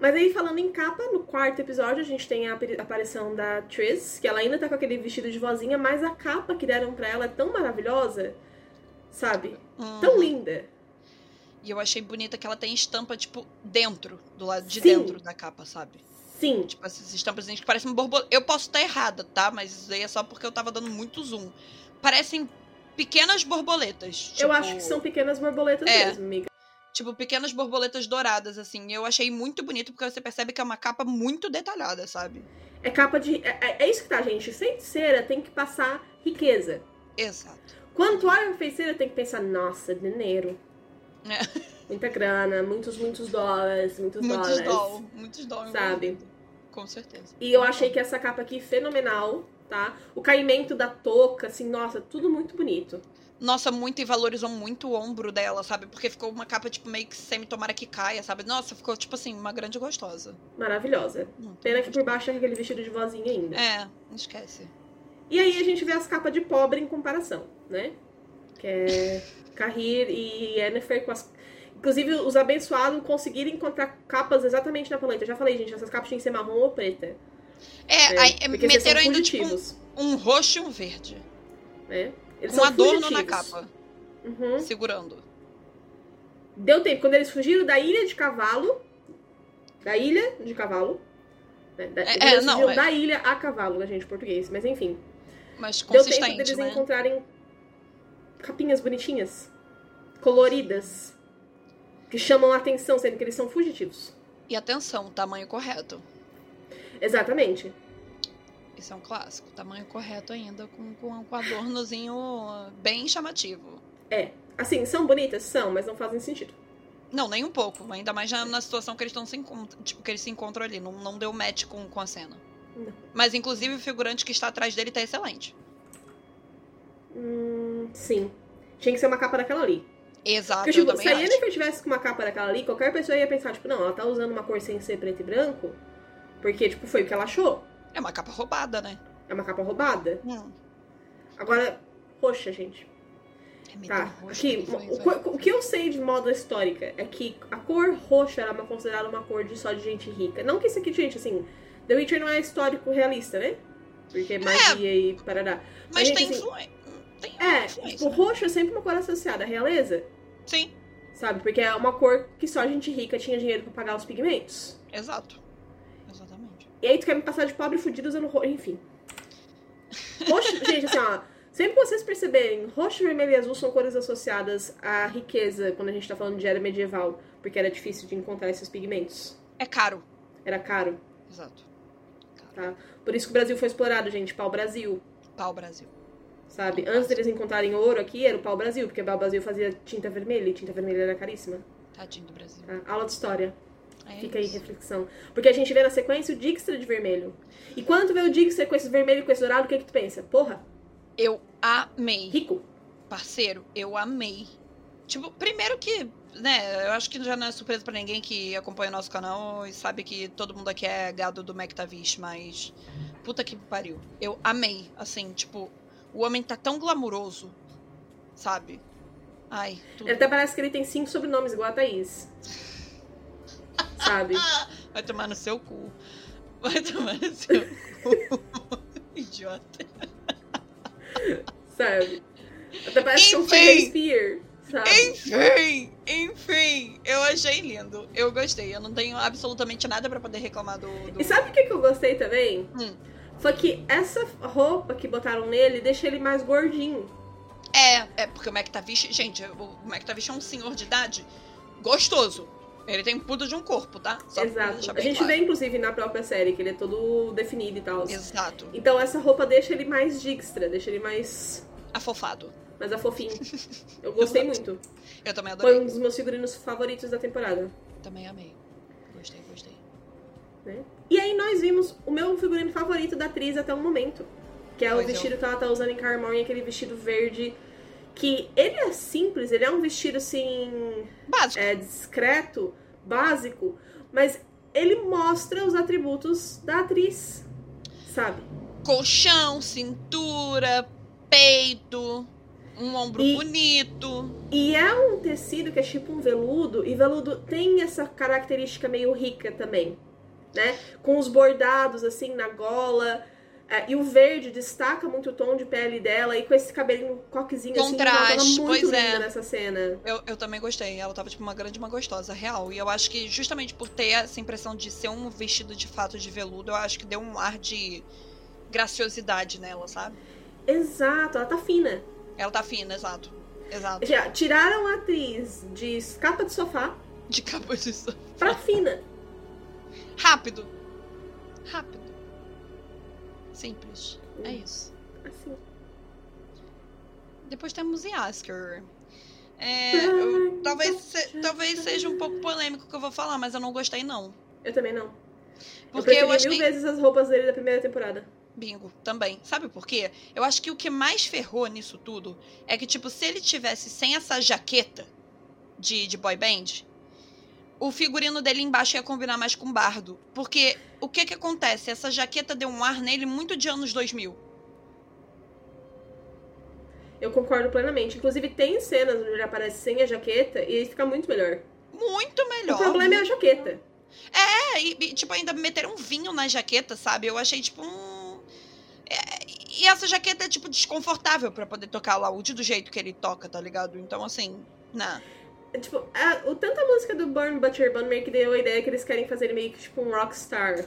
Mas aí, falando em capa, no quarto episódio a gente tem a apari- aparição da Tris, que ela ainda tá com aquele vestido de vozinha, mas a capa que deram pra ela é tão maravilhosa, sabe? Hum, Tão linda. E eu achei bonita que ela tem estampa, tipo, dentro, do lado Sim. de dentro da capa, sabe? Sim, Tipo, essas estampazinhas que parecem borboleta. Eu posso estar errada, tá? Mas isso daí é só porque eu tava dando muito zoom. Parecem pequenas borboletas. eu tipo- acho que são pequenas borboletas É. mesmo, amiga. Tipo, pequenas borboletas douradas, assim. E Eu achei muito bonito porque você percebe que é uma capa muito detalhada, sabe? É capa de. É, é- é isso que tá, gente. Sem cera tem que passar riqueza. Exato. Quanto olha a feiticeira, tem que pensar, nossa, dinheiro. É. Muita grana, muitos, muitos dólares, muitos, Muitos dólares. doll, muitos doll Sabe? envolvido. Com certeza. E eu achei que essa capa aqui fenomenal, tá? O caimento da touca, assim, nossa, tudo muito bonito. Nossa, muito e valorizou muito o ombro dela, sabe? Porque ficou uma capa, tipo, meio que semi tomara que caia, sabe? Nossa, ficou, tipo assim, uma grande gostosa. Maravilhosa. Muito Pena que por baixo é aquele vestido de vozinha ainda. É, não esquece. E aí a gente vê as capas de pobre em comparação, né? Que é Carrir e Yennefer com as. Inclusive, os abençoados conseguiram encontrar capas exatamente na paleta. Eu já falei, gente, essas capas tinham que ser marrom ou preta. né? É, aí, é, porque vocês são meteram ainda, tipo, um, fugitivos, um roxo e um verde. né? Eles com são adorno na fugitivos. capa, Uhum. segurando. Deu tempo. Quando eles fugiram da ilha de cavalo. Da ilha de cavalo. né, da- É, quando é, eles não, fugiram é. da ilha a cavalo, né, gente, português. Mas enfim. Mas Deu tempo consistente, deles né? encontrarem capinhas bonitinhas. Coloridas. Que chamam a atenção, sendo que eles são fugitivos. E atenção, o tamanho correto. Exatamente. Isso é um clássico. Tamanho correto ainda, com, com, com adornozinho bem chamativo. Assim, são bonitas? São, mas não fazem sentido. Não, nem um pouco. Ainda mais na, na situação que eles estão se encontram. Tipo, que eles se encontram ali. Não, não deu match com, com a cena. Não. Mas inclusive o figurante que está atrás dele tá excelente. Hum, sim. Tinha que ser uma capa daquela ali. Exato, Porque, Ah, eu tipo, também se a acho. Yennefer tivesse com uma capa daquela ali, qualquer pessoa ia pensar, tipo, não, ela tá usando uma cor sem ser preto e branco, porque, tipo, foi o que ela achou. É uma capa roubada, né? É uma capa roubada. Não. Agora, roxa, gente. É meio Tá. roxo, Aqui, isso, o, isso, co- isso. o que eu sei de moda histórica é que a cor roxa era uma- considerada uma cor de só de gente rica. Não que isso aqui, gente, assim, The Witcher não é histórico realista, né? Porque é magia e parará. Mas gente, tem assim, influência. Tem É, influência. tipo, roxo é sempre uma cor associada à realeza, Sim, sabe? Porque é uma cor que só gente rica tinha dinheiro pra pagar os pigmentos. exato. Exatamente. E aí tu quer me passar de pobre fudido usando roxo. Enfim. Roxo, gente, assim, ó. Sempre que vocês perceberem, roxo, vermelho e azul são cores associadas à riqueza quando a gente tá falando de era medieval, porque era difícil de encontrar esses pigmentos. É caro. Era caro. tá? Exato. Caro. Por isso que o Brasil foi explorado, gente, pau-brasil, Pau Brasil. sabe? Antes deles encontrarem ouro aqui, era o pau-brasil, porque o pau-brasil fazia tinta vermelha e tinta vermelha era caríssima. Tadinho do Brasil. tá? Aula de história. É Fica aí, isso. reflexão. Porque a gente vê na sequência o Dijkstra de vermelho. E quando tu vê o Dijkstra com esse vermelho e com esse dourado, o que que tu pensa? Porra, Eu amei. rico. Parceiro, eu amei. Tipo, primeiro que, né, eu acho que já não é surpresa pra ninguém que acompanha o nosso canal e sabe que todo mundo aqui é gado do McTavish, mas. Puta que pariu. Eu amei, assim, tipo, o homem tá tão glamuroso, sabe? Ai, tudo. Ele tá- até parece que ele tem cinco sobrenomes, igual a Thaís. Sabe? Ah, vai tomar no seu cu. Vai tomar no seu cu. Idiota. Sabe? Até parece que é um Enfim. Ferris Spear. Sabe? Enfim, enfim, eu achei lindo. Eu gostei. Eu não tenho absolutamente nada pra poder reclamar do. do- E sabe o que, que eu gostei também? Hum. Foi que essa roupa que botaram nele deixa ele mais gordinho. É, é porque o McTavish, gente, o McTavish é um senhor de idade gostoso. Ele tem puta de um corpo, tá? Só pra Exato. deixar A bem gente claro. vê, inclusive, na própria série, que ele é todo definido e tal. Exato. Então essa roupa deixa ele mais dixtra, deixa ele mais, Afofado. mais afofinho. Eu gostei muito. Eu também adorei. Foi um dos meus figurinos favoritos da temporada. Também amei. Gostei, gostei. né? E aí nós vimos o meu figurino favorito da atriz até o momento. Que é o Pois é. vestido que ela tá usando em Carmore, aquele vestido verde. Que ele é simples, ele é um vestido assim. Básico. é, discreto, básico, mas ele mostra os atributos da atriz, sabe? Colchão, cintura, peito, um ombro E- bonito. E é um tecido que é tipo um veludo, e veludo tem essa característica meio rica também, né? Com os bordados assim na gola. é, e o verde destaca muito o tom de pele dela e com esse cabelinho coquezinho assim, ela Contraste, muito pois linda é. nessa cena. Eu, eu também gostei. Ela tava, tipo, uma grande, uma gostosa, real. E eu acho que, justamente por ter essa impressão de ser um vestido de fato de veludo, eu acho que deu um ar de graciosidade nela, sabe? Exato, ela tá fina. Ela tá fina, exato. Exato. Já tiraram a atriz de capa de sofá De capa de sofá. pra fina. Rápido. Rápido. Simples. É isso. Assim. Depois temos Yasker. É, eu- talvez, se- talvez seja um pouco polêmico o que eu vou falar, mas eu não gostei, não. Eu também não. Porque eu eu, preferi achei. mil vezes as roupas dele da primeira temporada. Bingo, também. Sabe por quê? Eu acho que o que mais ferrou nisso tudo é que, tipo, se ele tivesse sem essa jaqueta de, de boy band, o figurino dele embaixo ia combinar mais com o bardo. Porque o que que acontece? Essa jaqueta deu um ar nele muito de anos 2000. Eu concordo plenamente. Inclusive, tem cenas onde ele aparece sem a jaqueta e aí fica muito melhor. Muito melhor. O problema é a jaqueta. É, e, e, tipo, ainda meteram um vinho na jaqueta, sabe? Eu achei, tipo, um. É, e essa jaqueta é, tipo, desconfortável pra poder tocar o laúde do jeito que ele toca, tá ligado? Então, assim, na. É, Tipo, a, o tanto a música do Burn Butcher Bun meio que deu a ideia que eles querem fazer meio que tipo um rockstar.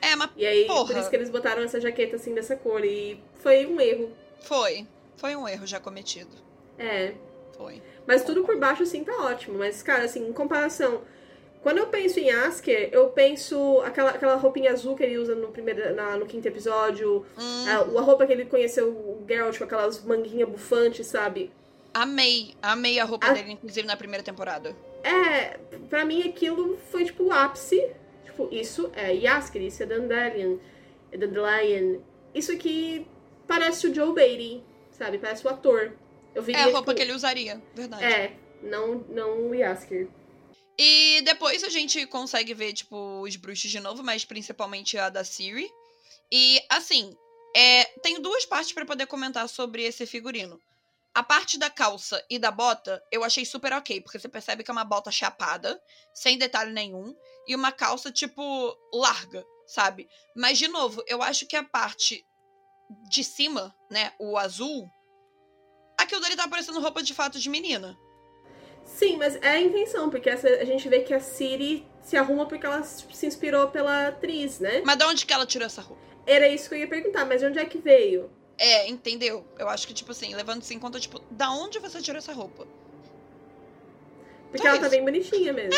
É, mas E aí, por Porra. isso que eles botaram essa jaqueta assim dessa cor. E foi um erro. foi. Foi um erro já cometido. É. Foi. Mas tudo por baixo, assim, tá ótimo. Mas, cara, assim, em comparação. Quando eu penso em Asker, eu penso aquela, aquela roupinha azul que ele usa no, primeiro, na- no quinto episódio. Hum, A, a roupa que ele conheceu o Geralt com aquelas manguinhas bufantes, sabe? Amei. Amei a roupa Ah. dele, inclusive, na primeira temporada. É, pra mim aquilo foi tipo o ápice. Tipo, isso é Yasker, isso é Dandelion, é Dandelion. Isso aqui parece o Joe Beatty, sabe? Parece o ator. Eu vi É a roupa que ele usaria, verdade. É, não, não o Yasker. E depois a gente consegue ver, tipo, os bruxos de novo, mas principalmente a da Siri. E, assim, é, tem duas partes pra poder comentar sobre esse figurino. A parte da calça e da bota eu achei super ok, porque você percebe que é uma bota chapada, sem detalhe nenhum, e uma calça, tipo, larga, sabe? Mas, de novo, eu acho que a parte de cima, né, o azul, aquilo dele tá parecendo roupa de fato de menina. Sim, mas é a intenção, porque essa, a gente vê que a Siri se arruma porque ela se inspirou pela atriz, né? Mas de onde que ela tirou essa roupa? Era isso que eu ia perguntar, mas de onde é que veio? É, entendeu? Eu acho que, tipo assim, levando-se em conta, tipo, da onde você tirou essa roupa? Porque ela tá Isso. É. bem bonitinha mesmo.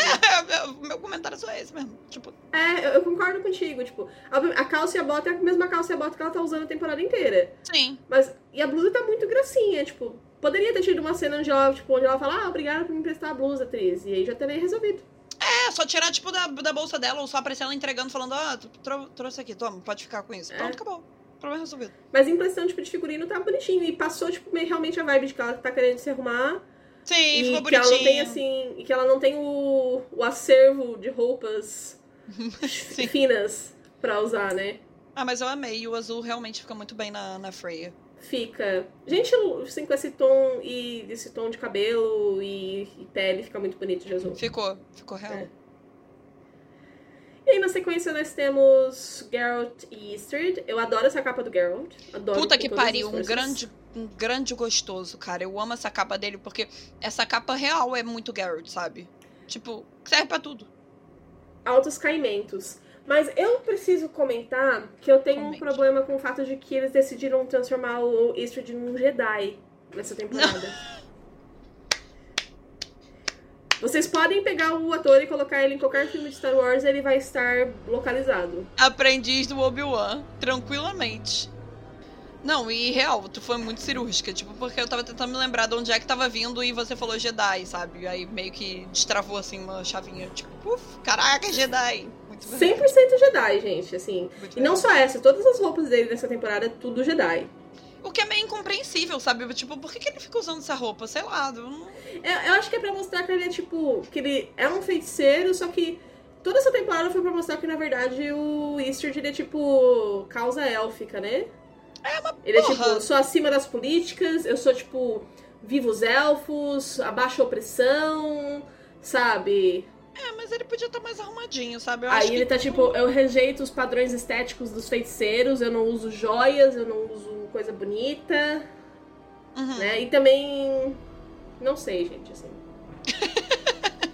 Meu comentário é só esse mesmo. Tipo, É, eu, eu concordo contigo. Tipo, a, a calça e a bota é a mesma calça e a bota que ela tá usando a temporada inteira. sim. Mas, e a blusa tá muito gracinha, tipo, poderia ter tido uma cena onde ela, tipo, onde ela fala, ah, obrigada por me emprestar a blusa, atriz. E aí já teria resolvido. É, só tirar, tipo, da, da bolsa dela, ou só aparecer ela entregando, falando, ah, tu tro- trouxe aqui, toma, pode ficar com isso. É. Pronto, acabou. Problema resolvido. Mas a impressão, tipo, de figurino tá bonitinho. E passou, tipo, meio realmente a vibe de que ela tá querendo se arrumar. Sim, E, ficou que ela bonitinho. não tem, assim, e que ela não tem o, o acervo de roupas Sim. finas pra usar, né? Ah, mas eu amei. E o azul realmente fica muito bem na, na Freya. fica. Gente, assim, com esse tom e esse tom de cabelo e, e pele fica muito bonito de azul. Ficou, ficou real. É. E aí, na sequência, nós temos Geralt e Eastred. Eu adoro essa capa do Geralt. Adoro Puta com que todas as pariu, um forças. grande, um grande gostoso, cara. Eu amo essa capa dele, porque essa capa real é muito Garrett, sabe? Tipo, serve pra tudo. Altos caimentos. Mas eu preciso comentar que eu tenho Comente. um problema com o fato de que eles decidiram transformar o Eastred num Jedi nessa temporada. Vocês podem pegar o ator e colocar ele em qualquer filme de Star Wars, ele vai estar localizado. Aprendiz do Obi-Wan, tranquilamente. Não, e real, tu foi muito cirúrgica, tipo, porque eu tava tentando me lembrar de onde é que tava vindo e você falou Jedi, sabe? Aí meio que destravou assim uma chavinha, tipo, puf, caraca, Jedi. Muito bem. 100% Jedi, gente, assim. Muito E não bem. só essa, todas as roupas dele nessa temporada é tudo Jedi. O que é meio incompreensível, sabe? Tipo, por que, que ele fica usando essa roupa? Sei lá, eu não Eu, eu acho que é pra mostrar que ele é tipo. que ele é um feiticeiro, só que toda essa temporada foi pra mostrar que na verdade o Eastard ele é tipo. causa élfica, né? É uma Ele é porra. tipo, eu sou acima das políticas, eu sou tipo. vivo os elfos, abaixo a opressão, sabe? É, mas ele podia estar mais arrumadinho, sabe? Eu acho Aí que- ele tá tipo, eu rejeito os padrões estéticos dos feiticeiros, eu não uso joias, eu não uso coisa bonita, Uhum. né? E também. Não sei, gente, assim.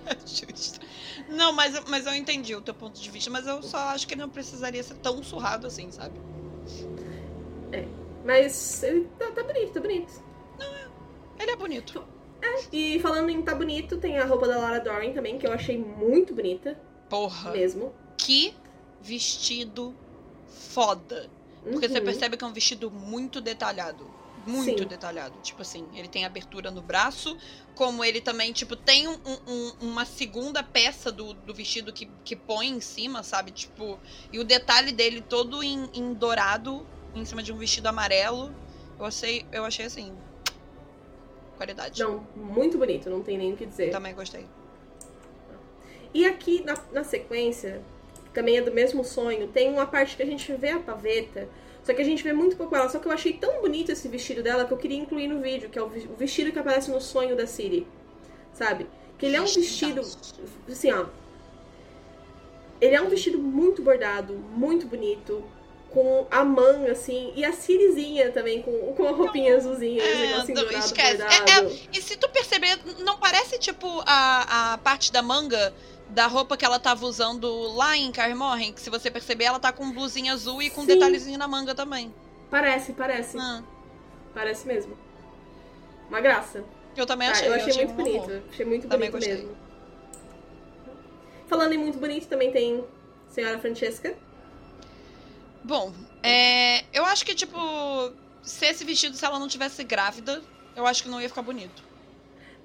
é Justo. Não, mas, mas eu entendi o teu ponto de vista, mas eu só acho que ele não precisaria ser tão surrado assim, sabe? Mas ele tá, tá bonito, tá bonito. Ele é bonito. E falando em tá bonito, tem a roupa da Lara Doran também, que eu achei muito bonita Porra. mesmo. Que vestido foda. Porque você Uhum. percebe que é um vestido muito detalhado. Muito Sim. detalhado. Tipo assim, ele tem abertura no braço, como ele também, tipo, tem um- um- uma segunda peça do, do vestido que, que põe em cima, sabe? Tipo, e o detalhe dele todo em, em dourado, em cima de um vestido amarelo. Eu achei, eu achei assim. Qualidade. Não, muito bonito, não tem nem o que dizer. Também gostei. E aqui na, na sequência, que também é do mesmo sonho, tem uma parte que a gente vê a paveta, só que a gente vê muito pouco ela. Só que eu achei tão bonito esse vestido dela que eu queria incluir no vídeo, que é o vi- o vestido que aparece no sonho da Siri, sabe? Que ele é um vestido, assim, ó. Ele é um vestido muito bordado, muito bonito, com a manga, assim, e a Sirizinha também, com, com a roupinha azulzinha, É, esse negocinho não, dourado, esquece. É- é- bordado. E se tu perceber, não parece tipo a, a parte da manga da roupa que ela tava usando lá em Carmorren, que se você perceber, ela tá com blusinha azul e com um Sim. detalhezinho na manga também. Parece, parece, Ah, parece mesmo. Uma graça. eu também Ah, achei. eu achei, muito um bonito. horror. Achei muito Também bonito gostei. mesmo. Falando em muito bonito, também tem Senhora Francesca. Bom, é, eu acho que, tipo, se esse vestido, se ela não tivesse grávida, eu acho que não ia ficar bonito.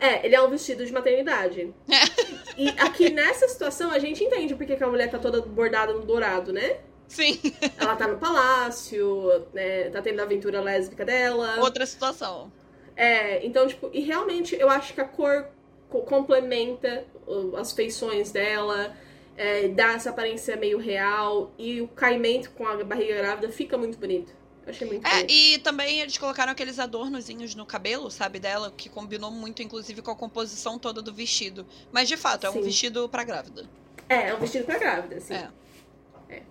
É, ele é um vestido de maternidade. É. E aqui nessa situação a gente entende porque que a mulher tá toda bordada no dourado, né? Sim, Ela tá no palácio, né? Tá tendo a aventura lésbica dela. outra situação. É, então, tipo, e realmente eu acho que a cor co- complementa uh, as feições dela, é, dá essa aparência meio real, e o caimento com a barriga grávida fica muito bonito. Eu achei muito É, bonito. e também eles colocaram aqueles adornozinhos no cabelo, sabe, dela, que combinou muito, inclusive, com a composição toda do vestido. Mas, de fato, é um Sim. vestido pra grávida. É, é um vestido pra grávida, assim. É. É.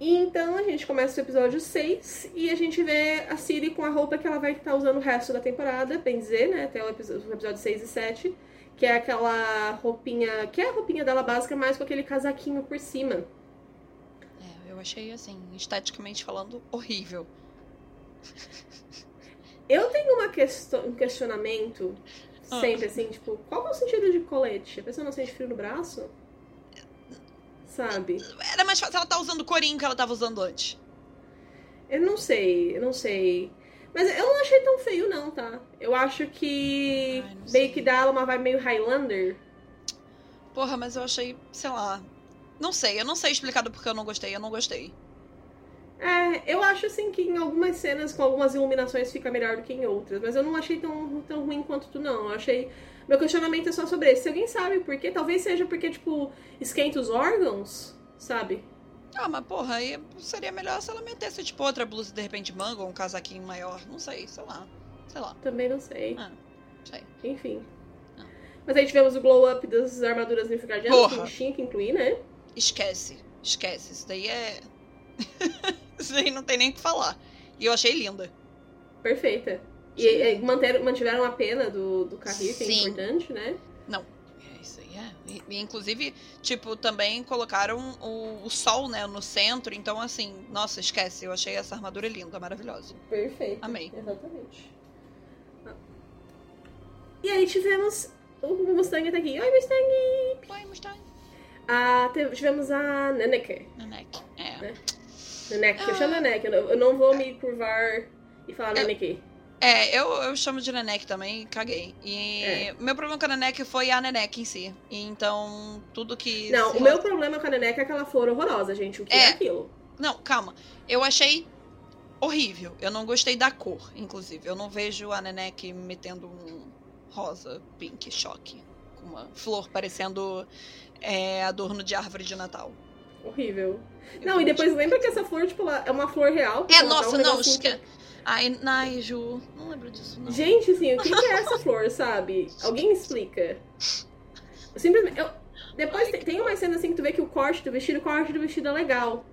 E então a gente começa o episódio 6 e a gente vê a Siri com a roupa que ela vai estar usando o resto da temporada, bem dizer, né? Até o episo- os episódios 6 e 7. Que é aquela roupinha. Que é a roupinha dela básica, mas com aquele casaquinho por cima. É, eu achei, assim, esteticamente falando, horrível. Eu tenho uma questão, um questionamento Ah. sempre assim, tipo, qual que é o sentido de colete? A pessoa não sente frio no braço? Sabe? Era mais fácil ela tá usando o corinho que ela tava usando antes. Eu não sei, eu não sei. Mas eu não achei tão feio, não, tá? Eu acho que Ai, não sei. meio que dá ela uma vibe meio Highlander. Porra, mas eu achei, sei lá. Não sei, eu não sei explicar do porquê eu não gostei, eu não gostei. É, eu acho assim que em algumas cenas com algumas iluminações fica melhor do que em outras, mas eu não achei tão, tão ruim quanto tu, não. Eu achei. Meu questionamento é só sobre esse. Se alguém sabe por quê, talvez seja porque, tipo, esquenta os órgãos, sabe? Ah, mas porra, aí seria melhor se ela metesse, tipo, outra blusa de repente manga ou um casaquinho maior. Não sei, sei lá. Sei lá. Também não sei. Ah, não sei. Enfim. Ah. Mas aí tivemos o glow up das armaduras nilfgaardianas, que Porra. o Shin que incluir, né? Esquece. Esquece. Isso daí é. Isso daí não tem nem o que falar. E eu achei linda. Perfeita. E Sim. é, manter- mantiveram a pena do, do carrinho, que é Sim. importante, né? É isso aí, é. E- e, inclusive, tipo, também colocaram o, o sol, né, no centro. Então, assim, nossa, esquece. Eu achei essa armadura linda, maravilhosa. Perfeito. Amei. Exatamente. Ah. E aí tivemos o Mustang tá aqui. Oi, Mustang! Oi, Mustang. Ah, te- tivemos a Neneke. Nenek. É. Neneke, eu Ah. chamo Neneke. Eu não- eu não vou me curvar e falar Eu- Neneke. É, eu, eu chamo de Nenek também, caguei. E É. meu problema com a Nenek foi a Nenek em si. Então, tudo que. Não, se o meu problema com a Neneke é aquela flor horrorosa, gente. O que é, É. aquilo? Não, calma. Eu achei horrível. Eu não gostei da cor, inclusive. Eu não vejo a Nenek metendo um rosa, pink, choque. Com uma flor parecendo é, adorno de árvore de Natal. Horrível. Eu Não, e acho- depois lembra que essa flor, tipo, ela é uma flor real. porque É, ela dá nossa, um não, negocinho esque... Ai, Ai, Ju, não lembro disso, não. Gente, assim, o que que é essa flor, sabe? Alguém explica. Eu Simplesmente. eu- Depois tem, tem uma cena assim que tu vê que o corte do vestido, o corte do vestido é legal.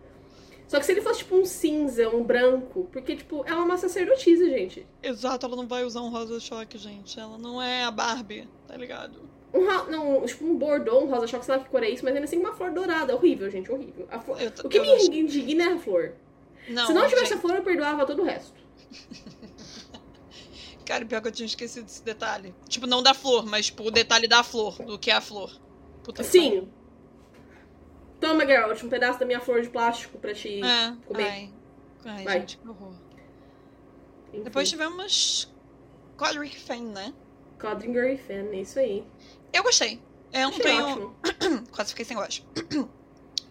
Só que se ele fosse tipo um cinza, um branco, porque, tipo, ela é uma sacerdotisa, gente. Exato, ela não vai usar um rosa choque, gente. Ela não é a Barbie, tá ligado? Um ro- não, tipo um bordô, um rosa choque, sei lá que cor é isso, mas ainda assim uma flor dourada. Horrível, gente, horrível. A flor- Eu t- O que eu me acho- indigna é a flor. Não, se não tivesse a gente, flor, eu perdoava todo o resto. Cara, pior que eu tinha esquecido desse detalhe. Tipo, não da flor, mas tipo, o detalhe da flor, do que é a flor. Puta que pariu. Sim. Toma, Geralt, um pedaço da minha flor de plástico pra te. É, comer. ai. Ai, Vai. gente, que horror. Enfim. Depois tivemos Codric Fane, né? Codringer e Fenn, é isso aí. Eu gostei. É um Eu não Achei tenho... ótimo. Quase fiquei sem gosto.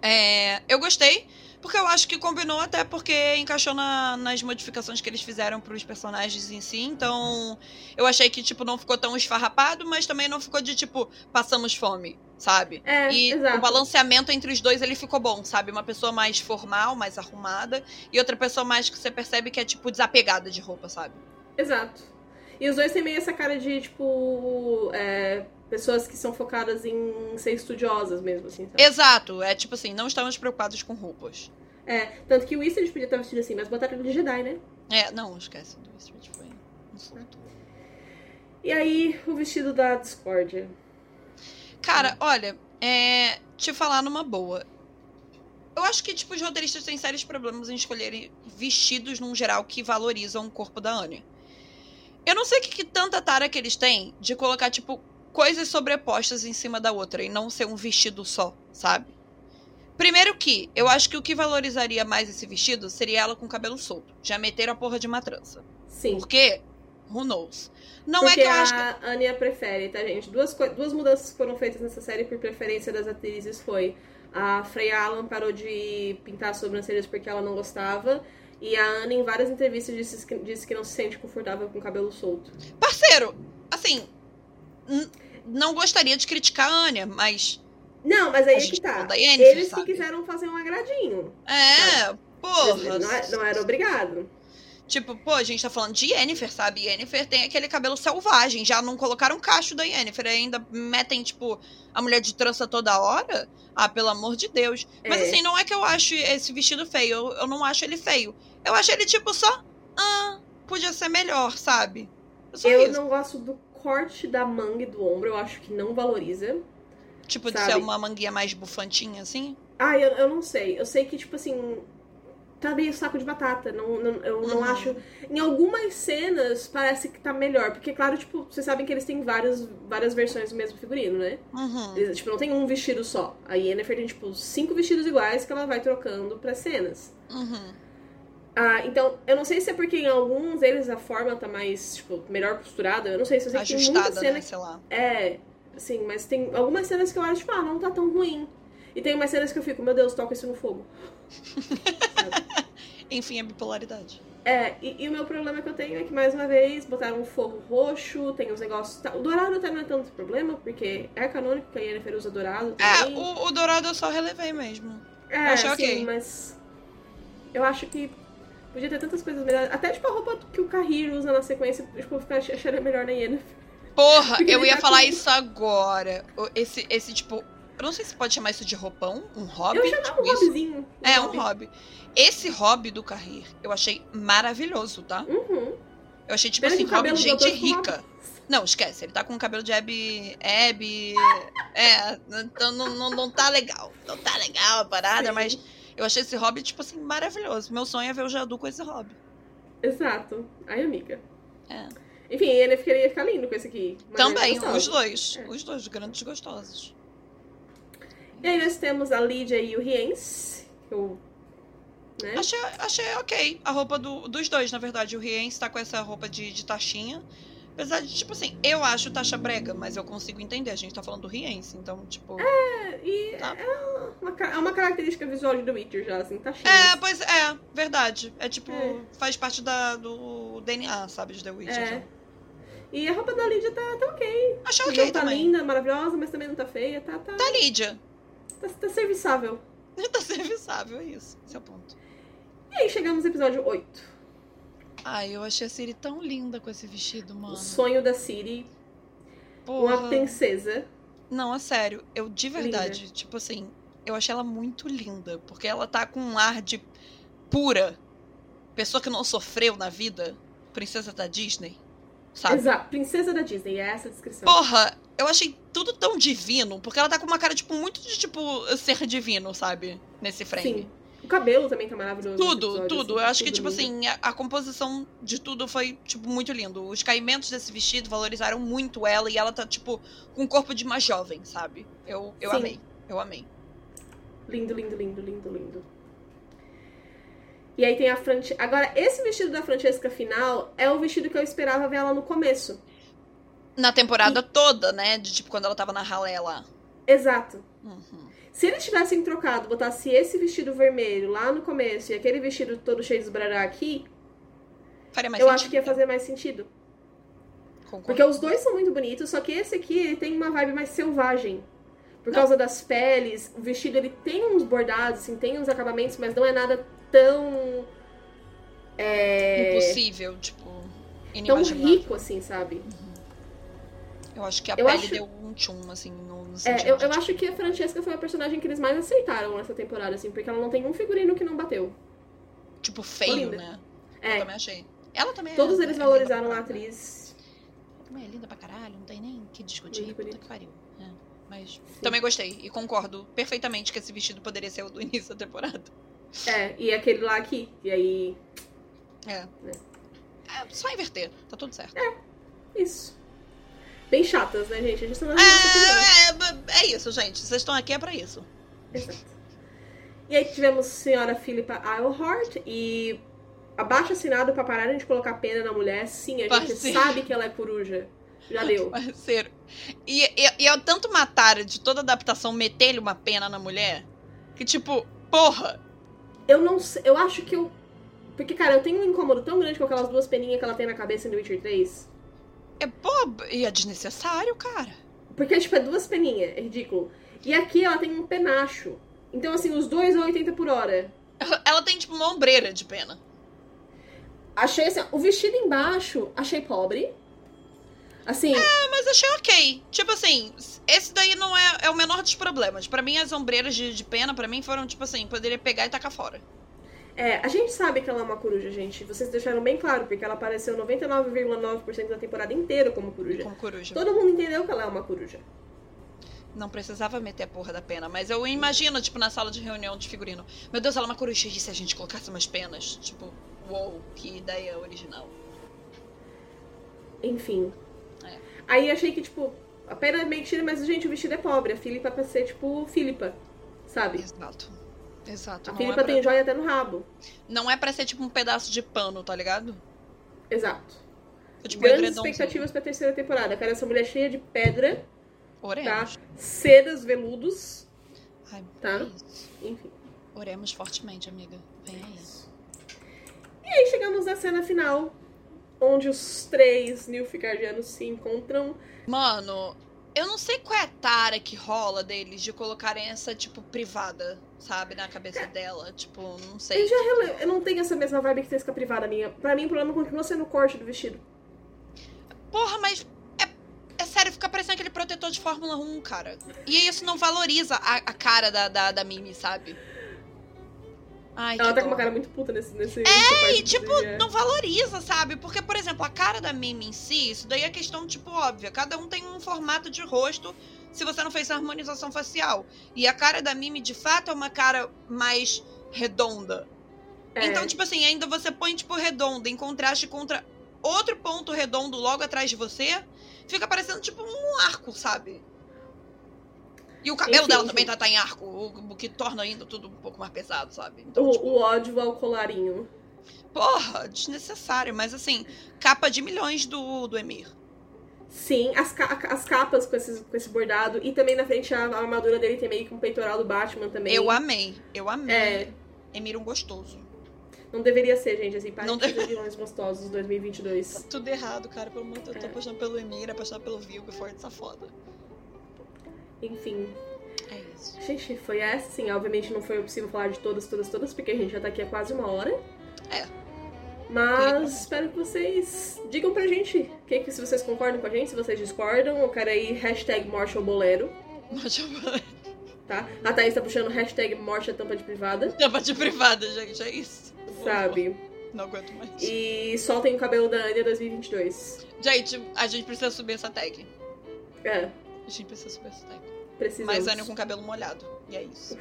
É, eu gostei, porque eu acho que combinou até porque encaixou na- nas modificações que eles fizeram pros personagens em si. Então, eu achei que, tipo, não ficou tão esfarrapado, mas também não ficou de, tipo, passamos fome, sabe? É, E um exato. o balanceamento entre os dois, ele ficou bom, sabe? Uma pessoa mais formal, mais arrumada, e outra pessoa mais que você percebe que é, tipo, desapegada de roupa, sabe? Exato. E os dois têm meio essa cara de, tipo, é, pessoas que são focadas em ser estudiosas mesmo, assim. sabe? Exato, é tipo assim, não estamos preocupados com roupas. É, tanto que o Eastridge podia estar vestido assim, mas botaram ele de Jedi, né? É, não, esquece do Street foi um surto. E aí, o vestido da discórdia. Cara, olha, é, te falar numa boa. Eu acho que, tipo, os roteiristas têm sérios problemas em escolherem vestidos, num geral, que valorizam o corpo da Anne. Eu não sei que, que tanta tara que eles têm de colocar, tipo, coisas sobrepostas em cima da outra e não ser um vestido só, sabe? Primeiro que, eu acho que o que valorizaria mais esse vestido seria ela com o cabelo solto. Já meteram a porra de uma trança. Sim. Porque, who knows? Não Porque é que eu a acho que... Anya prefere, tá, gente? Duas, co- duas mudanças que foram feitas nessa série por preferência das atrizes foi a Freya Allan parou de pintar as sobrancelhas porque ela não gostava. E a Anna, em várias entrevistas, disse que, disse que não se sente confortável com o cabelo solto. Parceiro, assim, n- não gostaria de criticar a Anya, mas. Não, mas aí A é gente que falou tá. da Yennefer, Eles que sabe? quiseram fazer um agradinho. É, porra. Não, é- não era obrigado. Tipo, pô, a gente tá falando de Yennefer, sabe? Yennefer tem aquele cabelo selvagem, já não colocaram um cacho da Yennefer, ainda metem, tipo, a mulher de trança toda hora? Ah, pelo amor de Deus. Mas É. assim, não é que eu acho esse vestido feio, eu, eu não acho ele feio. Eu acho ele, tipo, só. Ah, podia ser melhor, sabe? Só Eu isso. não gosto do corte da manga e do ombro, eu acho que não valoriza. tipo, de sabe? ser uma manguinha mais bufantinha, assim. Ah, eu, eu não sei. Eu sei que, tipo assim. Tá meio saco de batata. Não, não- eu não Uhum. acho. Em algumas cenas parece que tá melhor. Porque, claro, tipo, vocês sabem que eles têm várias, várias versões do mesmo figurino, né? Uhum. Eles, tipo, não tem um vestido só. A Yennefer tem, tipo, cinco vestidos iguais que ela vai trocando pra cenas. Uhum. Ah, então, eu não sei se é porque em alguns deles a forma tá mais, tipo, melhor costurada. Eu não sei se eu sei é que tem muita Ajustada, cena né? Sei lá. é, assim, mas tem algumas cenas que eu acho, tipo, ah, não tá tão ruim. E tem umas cenas que eu fico, meu Deus, toca isso no fogo. Enfim, é bipolaridade. É, e, e o meu problema que eu tenho é que, mais uma vez, botaram um forro roxo, tem os negócios. tá- o dourado até não é tanto problema, porque é canônico que a Yennefer usa dourado É, também. o, o dourado eu só relevei mesmo. É, Acho sim, ok. mas. Eu acho que podia ter tantas coisas melhores. Até tipo a roupa que o Carrilho usa na sequência, tipo, eu ficar ach- acharia melhor na Yennefer. Porra, Porque eu ele ia tá falar com- isso agora. O- Esse, esse tipo. Eu não sei se pode chamar isso de roupão, um hobby. Eu chamava um tipo isso. hobbyzinho. É, um hobby. Esse hobby do Carrir, eu achei maravilhoso, tá? Uhum. Eu achei, tipo Pena assim, que o hobby de cabelo gente voltou com uma- rica. Não, esquece, ele tá com o cabelo de Abby. Abby. É, então não, não, não tá legal. Não tá legal a parada, Sim. mas eu achei esse hobby, tipo assim, maravilhoso. Meu sonho é ver o Jadu com esse hobby. Exato. Ai, amiga. É. Enfim, a Yennefer queria ficar lindo com esse aqui. mas Também, eu gostava. os dois. É. Os dois grandes gostosos. E aí nós temos a Lydia e o Riens. que Eu. Né? Achei, achei ok. A roupa do- dos dois, na verdade. O Rien tá com essa roupa de, de taxinha. Apesar de, tipo assim, eu acho taxa brega, mas eu consigo entender. A gente tá falando do Riense, então, tipo. É, E Tá. é uma, ca- é uma característica visual de The Witcher já, assim, tá cheio. É, pois é, verdade. É tipo, É. faz parte da, do DNA, sabe, de The então. Witch. É. E a roupa da Lydia tá, tá ok. Achei não ok tá é também. linda, maravilhosa, mas também não tá feia. Tá, tá, Tá Lídia. tá, tá serviçável. Tá serviçável, é isso. Esse é o ponto. E aí chegamos ao episódio 8. Ai, eu achei a Siri tão linda com esse vestido, mano. O sonho da Siri, uma Porra. princesa. Não, é sério. Eu de verdade, tipo assim, eu achei ela muito linda. Porque ela tá com um ar de pura. Pessoa que não sofreu na vida. Princesa da Disney. Sabe? Exato, princesa da Disney, é essa a descrição. Porra, eu achei tudo tão divino, porque ela tá com uma cara, tipo, muito de, tipo, ser divino, sabe? Nesse frame. Sim. O cabelo também tá maravilhoso. nesse Tudo, episódio, tudo. assim, eu tá acho que, tudo tipo lindo. assim, a, a composição de tudo foi, tipo, muito lindo. Os caimentos desse vestido valorizaram muito ela e ela tá, tipo, com um corpo de uma jovem, sabe? Eu, eu Sim. amei. Eu amei. Lindo, lindo, lindo, lindo, lindo. E aí tem a Francesca. Agora, esse vestido da Francesca final é o vestido que eu esperava ver ela no começo. Na temporada toda, né? De tipo, quando ela tava na ralé lá. Exato. Uhum. Se eles tivessem trocado, botasse esse vestido vermelho lá no começo e aquele vestido todo cheio de brará aqui, Faria mais eu sentido. acho que ia fazer mais sentido. Concordo. Porque os dois são muito bonitos, só que esse aqui ele tem uma vibe mais selvagem. Por Não. causa das peles, o vestido ele tem uns bordados, assim, tem uns acabamentos, mas não é nada tão. É, Impossível, tipo, tão inimaginável. rico assim, sabe? Eu acho que a Eu pele acho- deu um tchum, assim, no, no sentido. É, eu, de, tipo, eu acho que a Francesca foi a personagem que eles mais aceitaram nessa temporada, assim, porque ela não tem um figurino que não bateu. Tipo, feio, Linda. né? Eu É, também achei. Ela também é- todos é eles linda valorizaram pra a caralho. atriz. Ela também é linda pra caralho, não tem nem o que discutir. Muito Puta bonito. que pariu. É. Mas Sim. também gostei e concordo perfeitamente que esse vestido poderia ser o do início da temporada. É, e aquele lá aqui. E aí. É. É, só inverter, tá tudo certo. É, Isso. Bem chatas, né, gente? A gente tá na nossa opinião. É, é, é isso, gente. Vocês estão aqui é pra isso. Exato. E aí tivemos senhora Philippa Eilhart e abaixo assinado pra pararem de colocar pena na mulher. Sim, a gente Parceiro. sabe que ela é coruja. Já deu. Parceiro. E, e, e eu tanto mataram de toda adaptação meter-lhe uma pena na mulher que, tipo, porra, Eu não sei, eu acho que eu. Porque, cara, eu tenho um incômodo tão grande com aquelas duas peninhas que ela tem na cabeça no Witcher 3. é bobo e é desnecessário, cara. Porque, tipo, é duas peninhas, é ridículo. E aqui ela tem um penacho. Então, assim, os dois a 80 por hora. Ela- Ela tem, tipo, uma ombreira de pena. Achei assim, o vestido embaixo, achei pobre. Assim, Mas achei ok. Tipo assim, esse daí não é, é o menor dos problemas. Pra mim, as ombreiras de, de pena, pra mim, foram, tipo assim, poderia pegar e tacar fora. é, a gente sabe que ela é uma coruja, gente. Vocês deixaram bem claro, porque ela apareceu 99,9% da temporada inteira como coruja. Como coruja. Todo mundo entendeu que ela é uma coruja. Não precisava meter a porra da pena, mas eu imagino, tipo, na sala de reunião de figurino. Meu Deus, ela é uma coruja. E se a gente colocasse umas penas? Tipo, uou, que ideia original. Enfim. É. Aí achei que, tipo, a pena é meio que tira, mas, gente, o vestido é pobre. A Filipa é pra ser, tipo, Filipa, sabe? Exato. Exato. A Então Não é, Filipa pra, tem joia até no rabo. não é pra ser, tipo, um pedaço de pano, tá ligado? Exato. É, Tipo, um Grandes edredomzinho. expectativas pra terceira temporada. Cara, essa mulher é cheia de pedra, É. tá? Oremos. Sedas, veludos, Ai, tá? isso. Enfim. Oremos fortemente, amiga. Vem aí. E aí chegamos na cena final, onde os três Nilfgaardianos se encontram. Mano, Eu não sei qual é a tara que rola deles de colocarem essa, tipo, privada, sabe, na cabeça dela. Tipo, não sei. Eu já rele... eu não tenho essa mesma vibe que tem com a privada minha. Pra mim, o problema continua sendo o corte do vestido. Porra, mas é, é sério, fica parecendo aquele protetor de Fórmula 1, cara. E isso não valoriza a, a cara da, da, da Mimi, sabe? Ai, Ela É tá que com uma dó. cara muito puta nesse. nesse E, tipo, é. não valoriza, sabe? Porque, por exemplo, a cara da Mimi em si, isso daí é questão, tipo, óbvia. Cada um tem um formato de rosto se você não fez a harmonização facial. E a cara da Mimi, de fato, é uma cara mais redonda. É. Então, tipo assim, ainda você põe, tipo, redonda em contraste contra outro ponto redondo logo atrás de você, fica parecendo, tipo, um arco, sabe? E o cabelo Enfim, dela gente. também tá, tá em arco, o, o que torna ainda tudo um pouco mais pesado, sabe? Então, o, tipo, o ódio ao colarinho. Porra, desnecessário, mas assim, capa de milhões do, do Emir. Sim, as, ca- as capas com, esses, com esse bordado. E também na frente a, a armadura dele tem meio que um peitoral do Batman também. Eu amei, eu amei. É. Emir é um gostoso. Não deveria ser, gente, assim, para Não de fazer vilões gostosos 2022. Tudo errado, cara, pelo amor de É. Deus. Eu tô apaixonado pelo Emir, apaixonado pelo Vilgo, forte essa tá foda. Enfim. É isso. Gente, foi essa, sim. Obviamente não foi possível falar de todas, todas, todas, porque a gente já tá aqui há quase uma hora. É. Mas espero que vocês digam pra gente que, que- se vocês concordam com a gente, se vocês discordam. Eu quero aí hashtag morte ao boleiro, Mas eu vou- tá? A Thaís tá puxando hashtag morte à tampa de privada, Capa de privada, gente, é isso. Por favor. sabe? Não aguento mais. E soltem o cabelo da Anya 2022. Gente, a gente precisa subir essa tag. É, A gente precisa subir essa tag. precisamos. Mais Anio com cabelo molhado. E é isso.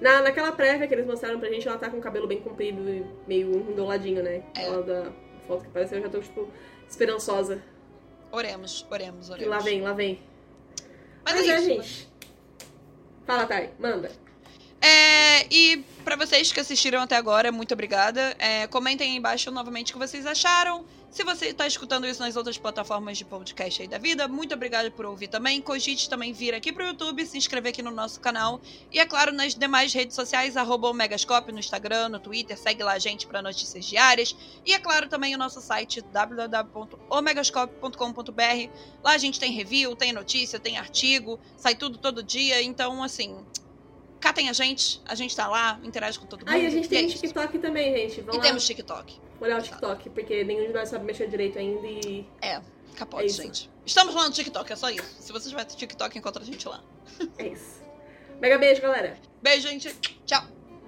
Na, naquela prévia que eles mostraram pra gente, ela tá com o cabelo bem comprido e meio enroladinho, né? É. Ela da foto que apareceu, eu já tô, tipo, esperançosa. Oremos, oremos, Que oremos. lá vem, lá vem. Mas, é, isso. gente. Fala, Thay, manda. É, e pra vocês que assistiram até agora, muito obrigada. É, comentem aí embaixo novamente o que vocês acharam. Se você tá escutando isso nas outras plataformas de podcast aí da vida, muito obrigada por ouvir também. Cogite também vir aqui pro YouTube, se inscrever aqui no nosso canal. E é claro, nas demais redes sociais, arroba Omegascope no Instagram, no Twitter, segue lá a gente pra notícias diárias. E é claro, também o nosso site www.omegascope.com.br. Lá a gente tem review, tem notícia, tem artigo, sai tudo todo dia. Então, assim, catem a gente, a gente tá lá, interage com todo mundo. Aí a gente E tem o é isso. TikTok também, gente. E Vamos lá temos TikTok. olhar o TikTok, porque nenhum de nós sabe mexer direito ainda e. Capote, É isso. gente. Estamos lá no TikTok, é só isso. Se você tiver TikTok, encontra a gente lá. É isso. Mega beijo, galera. Beijo, gente. Tchau.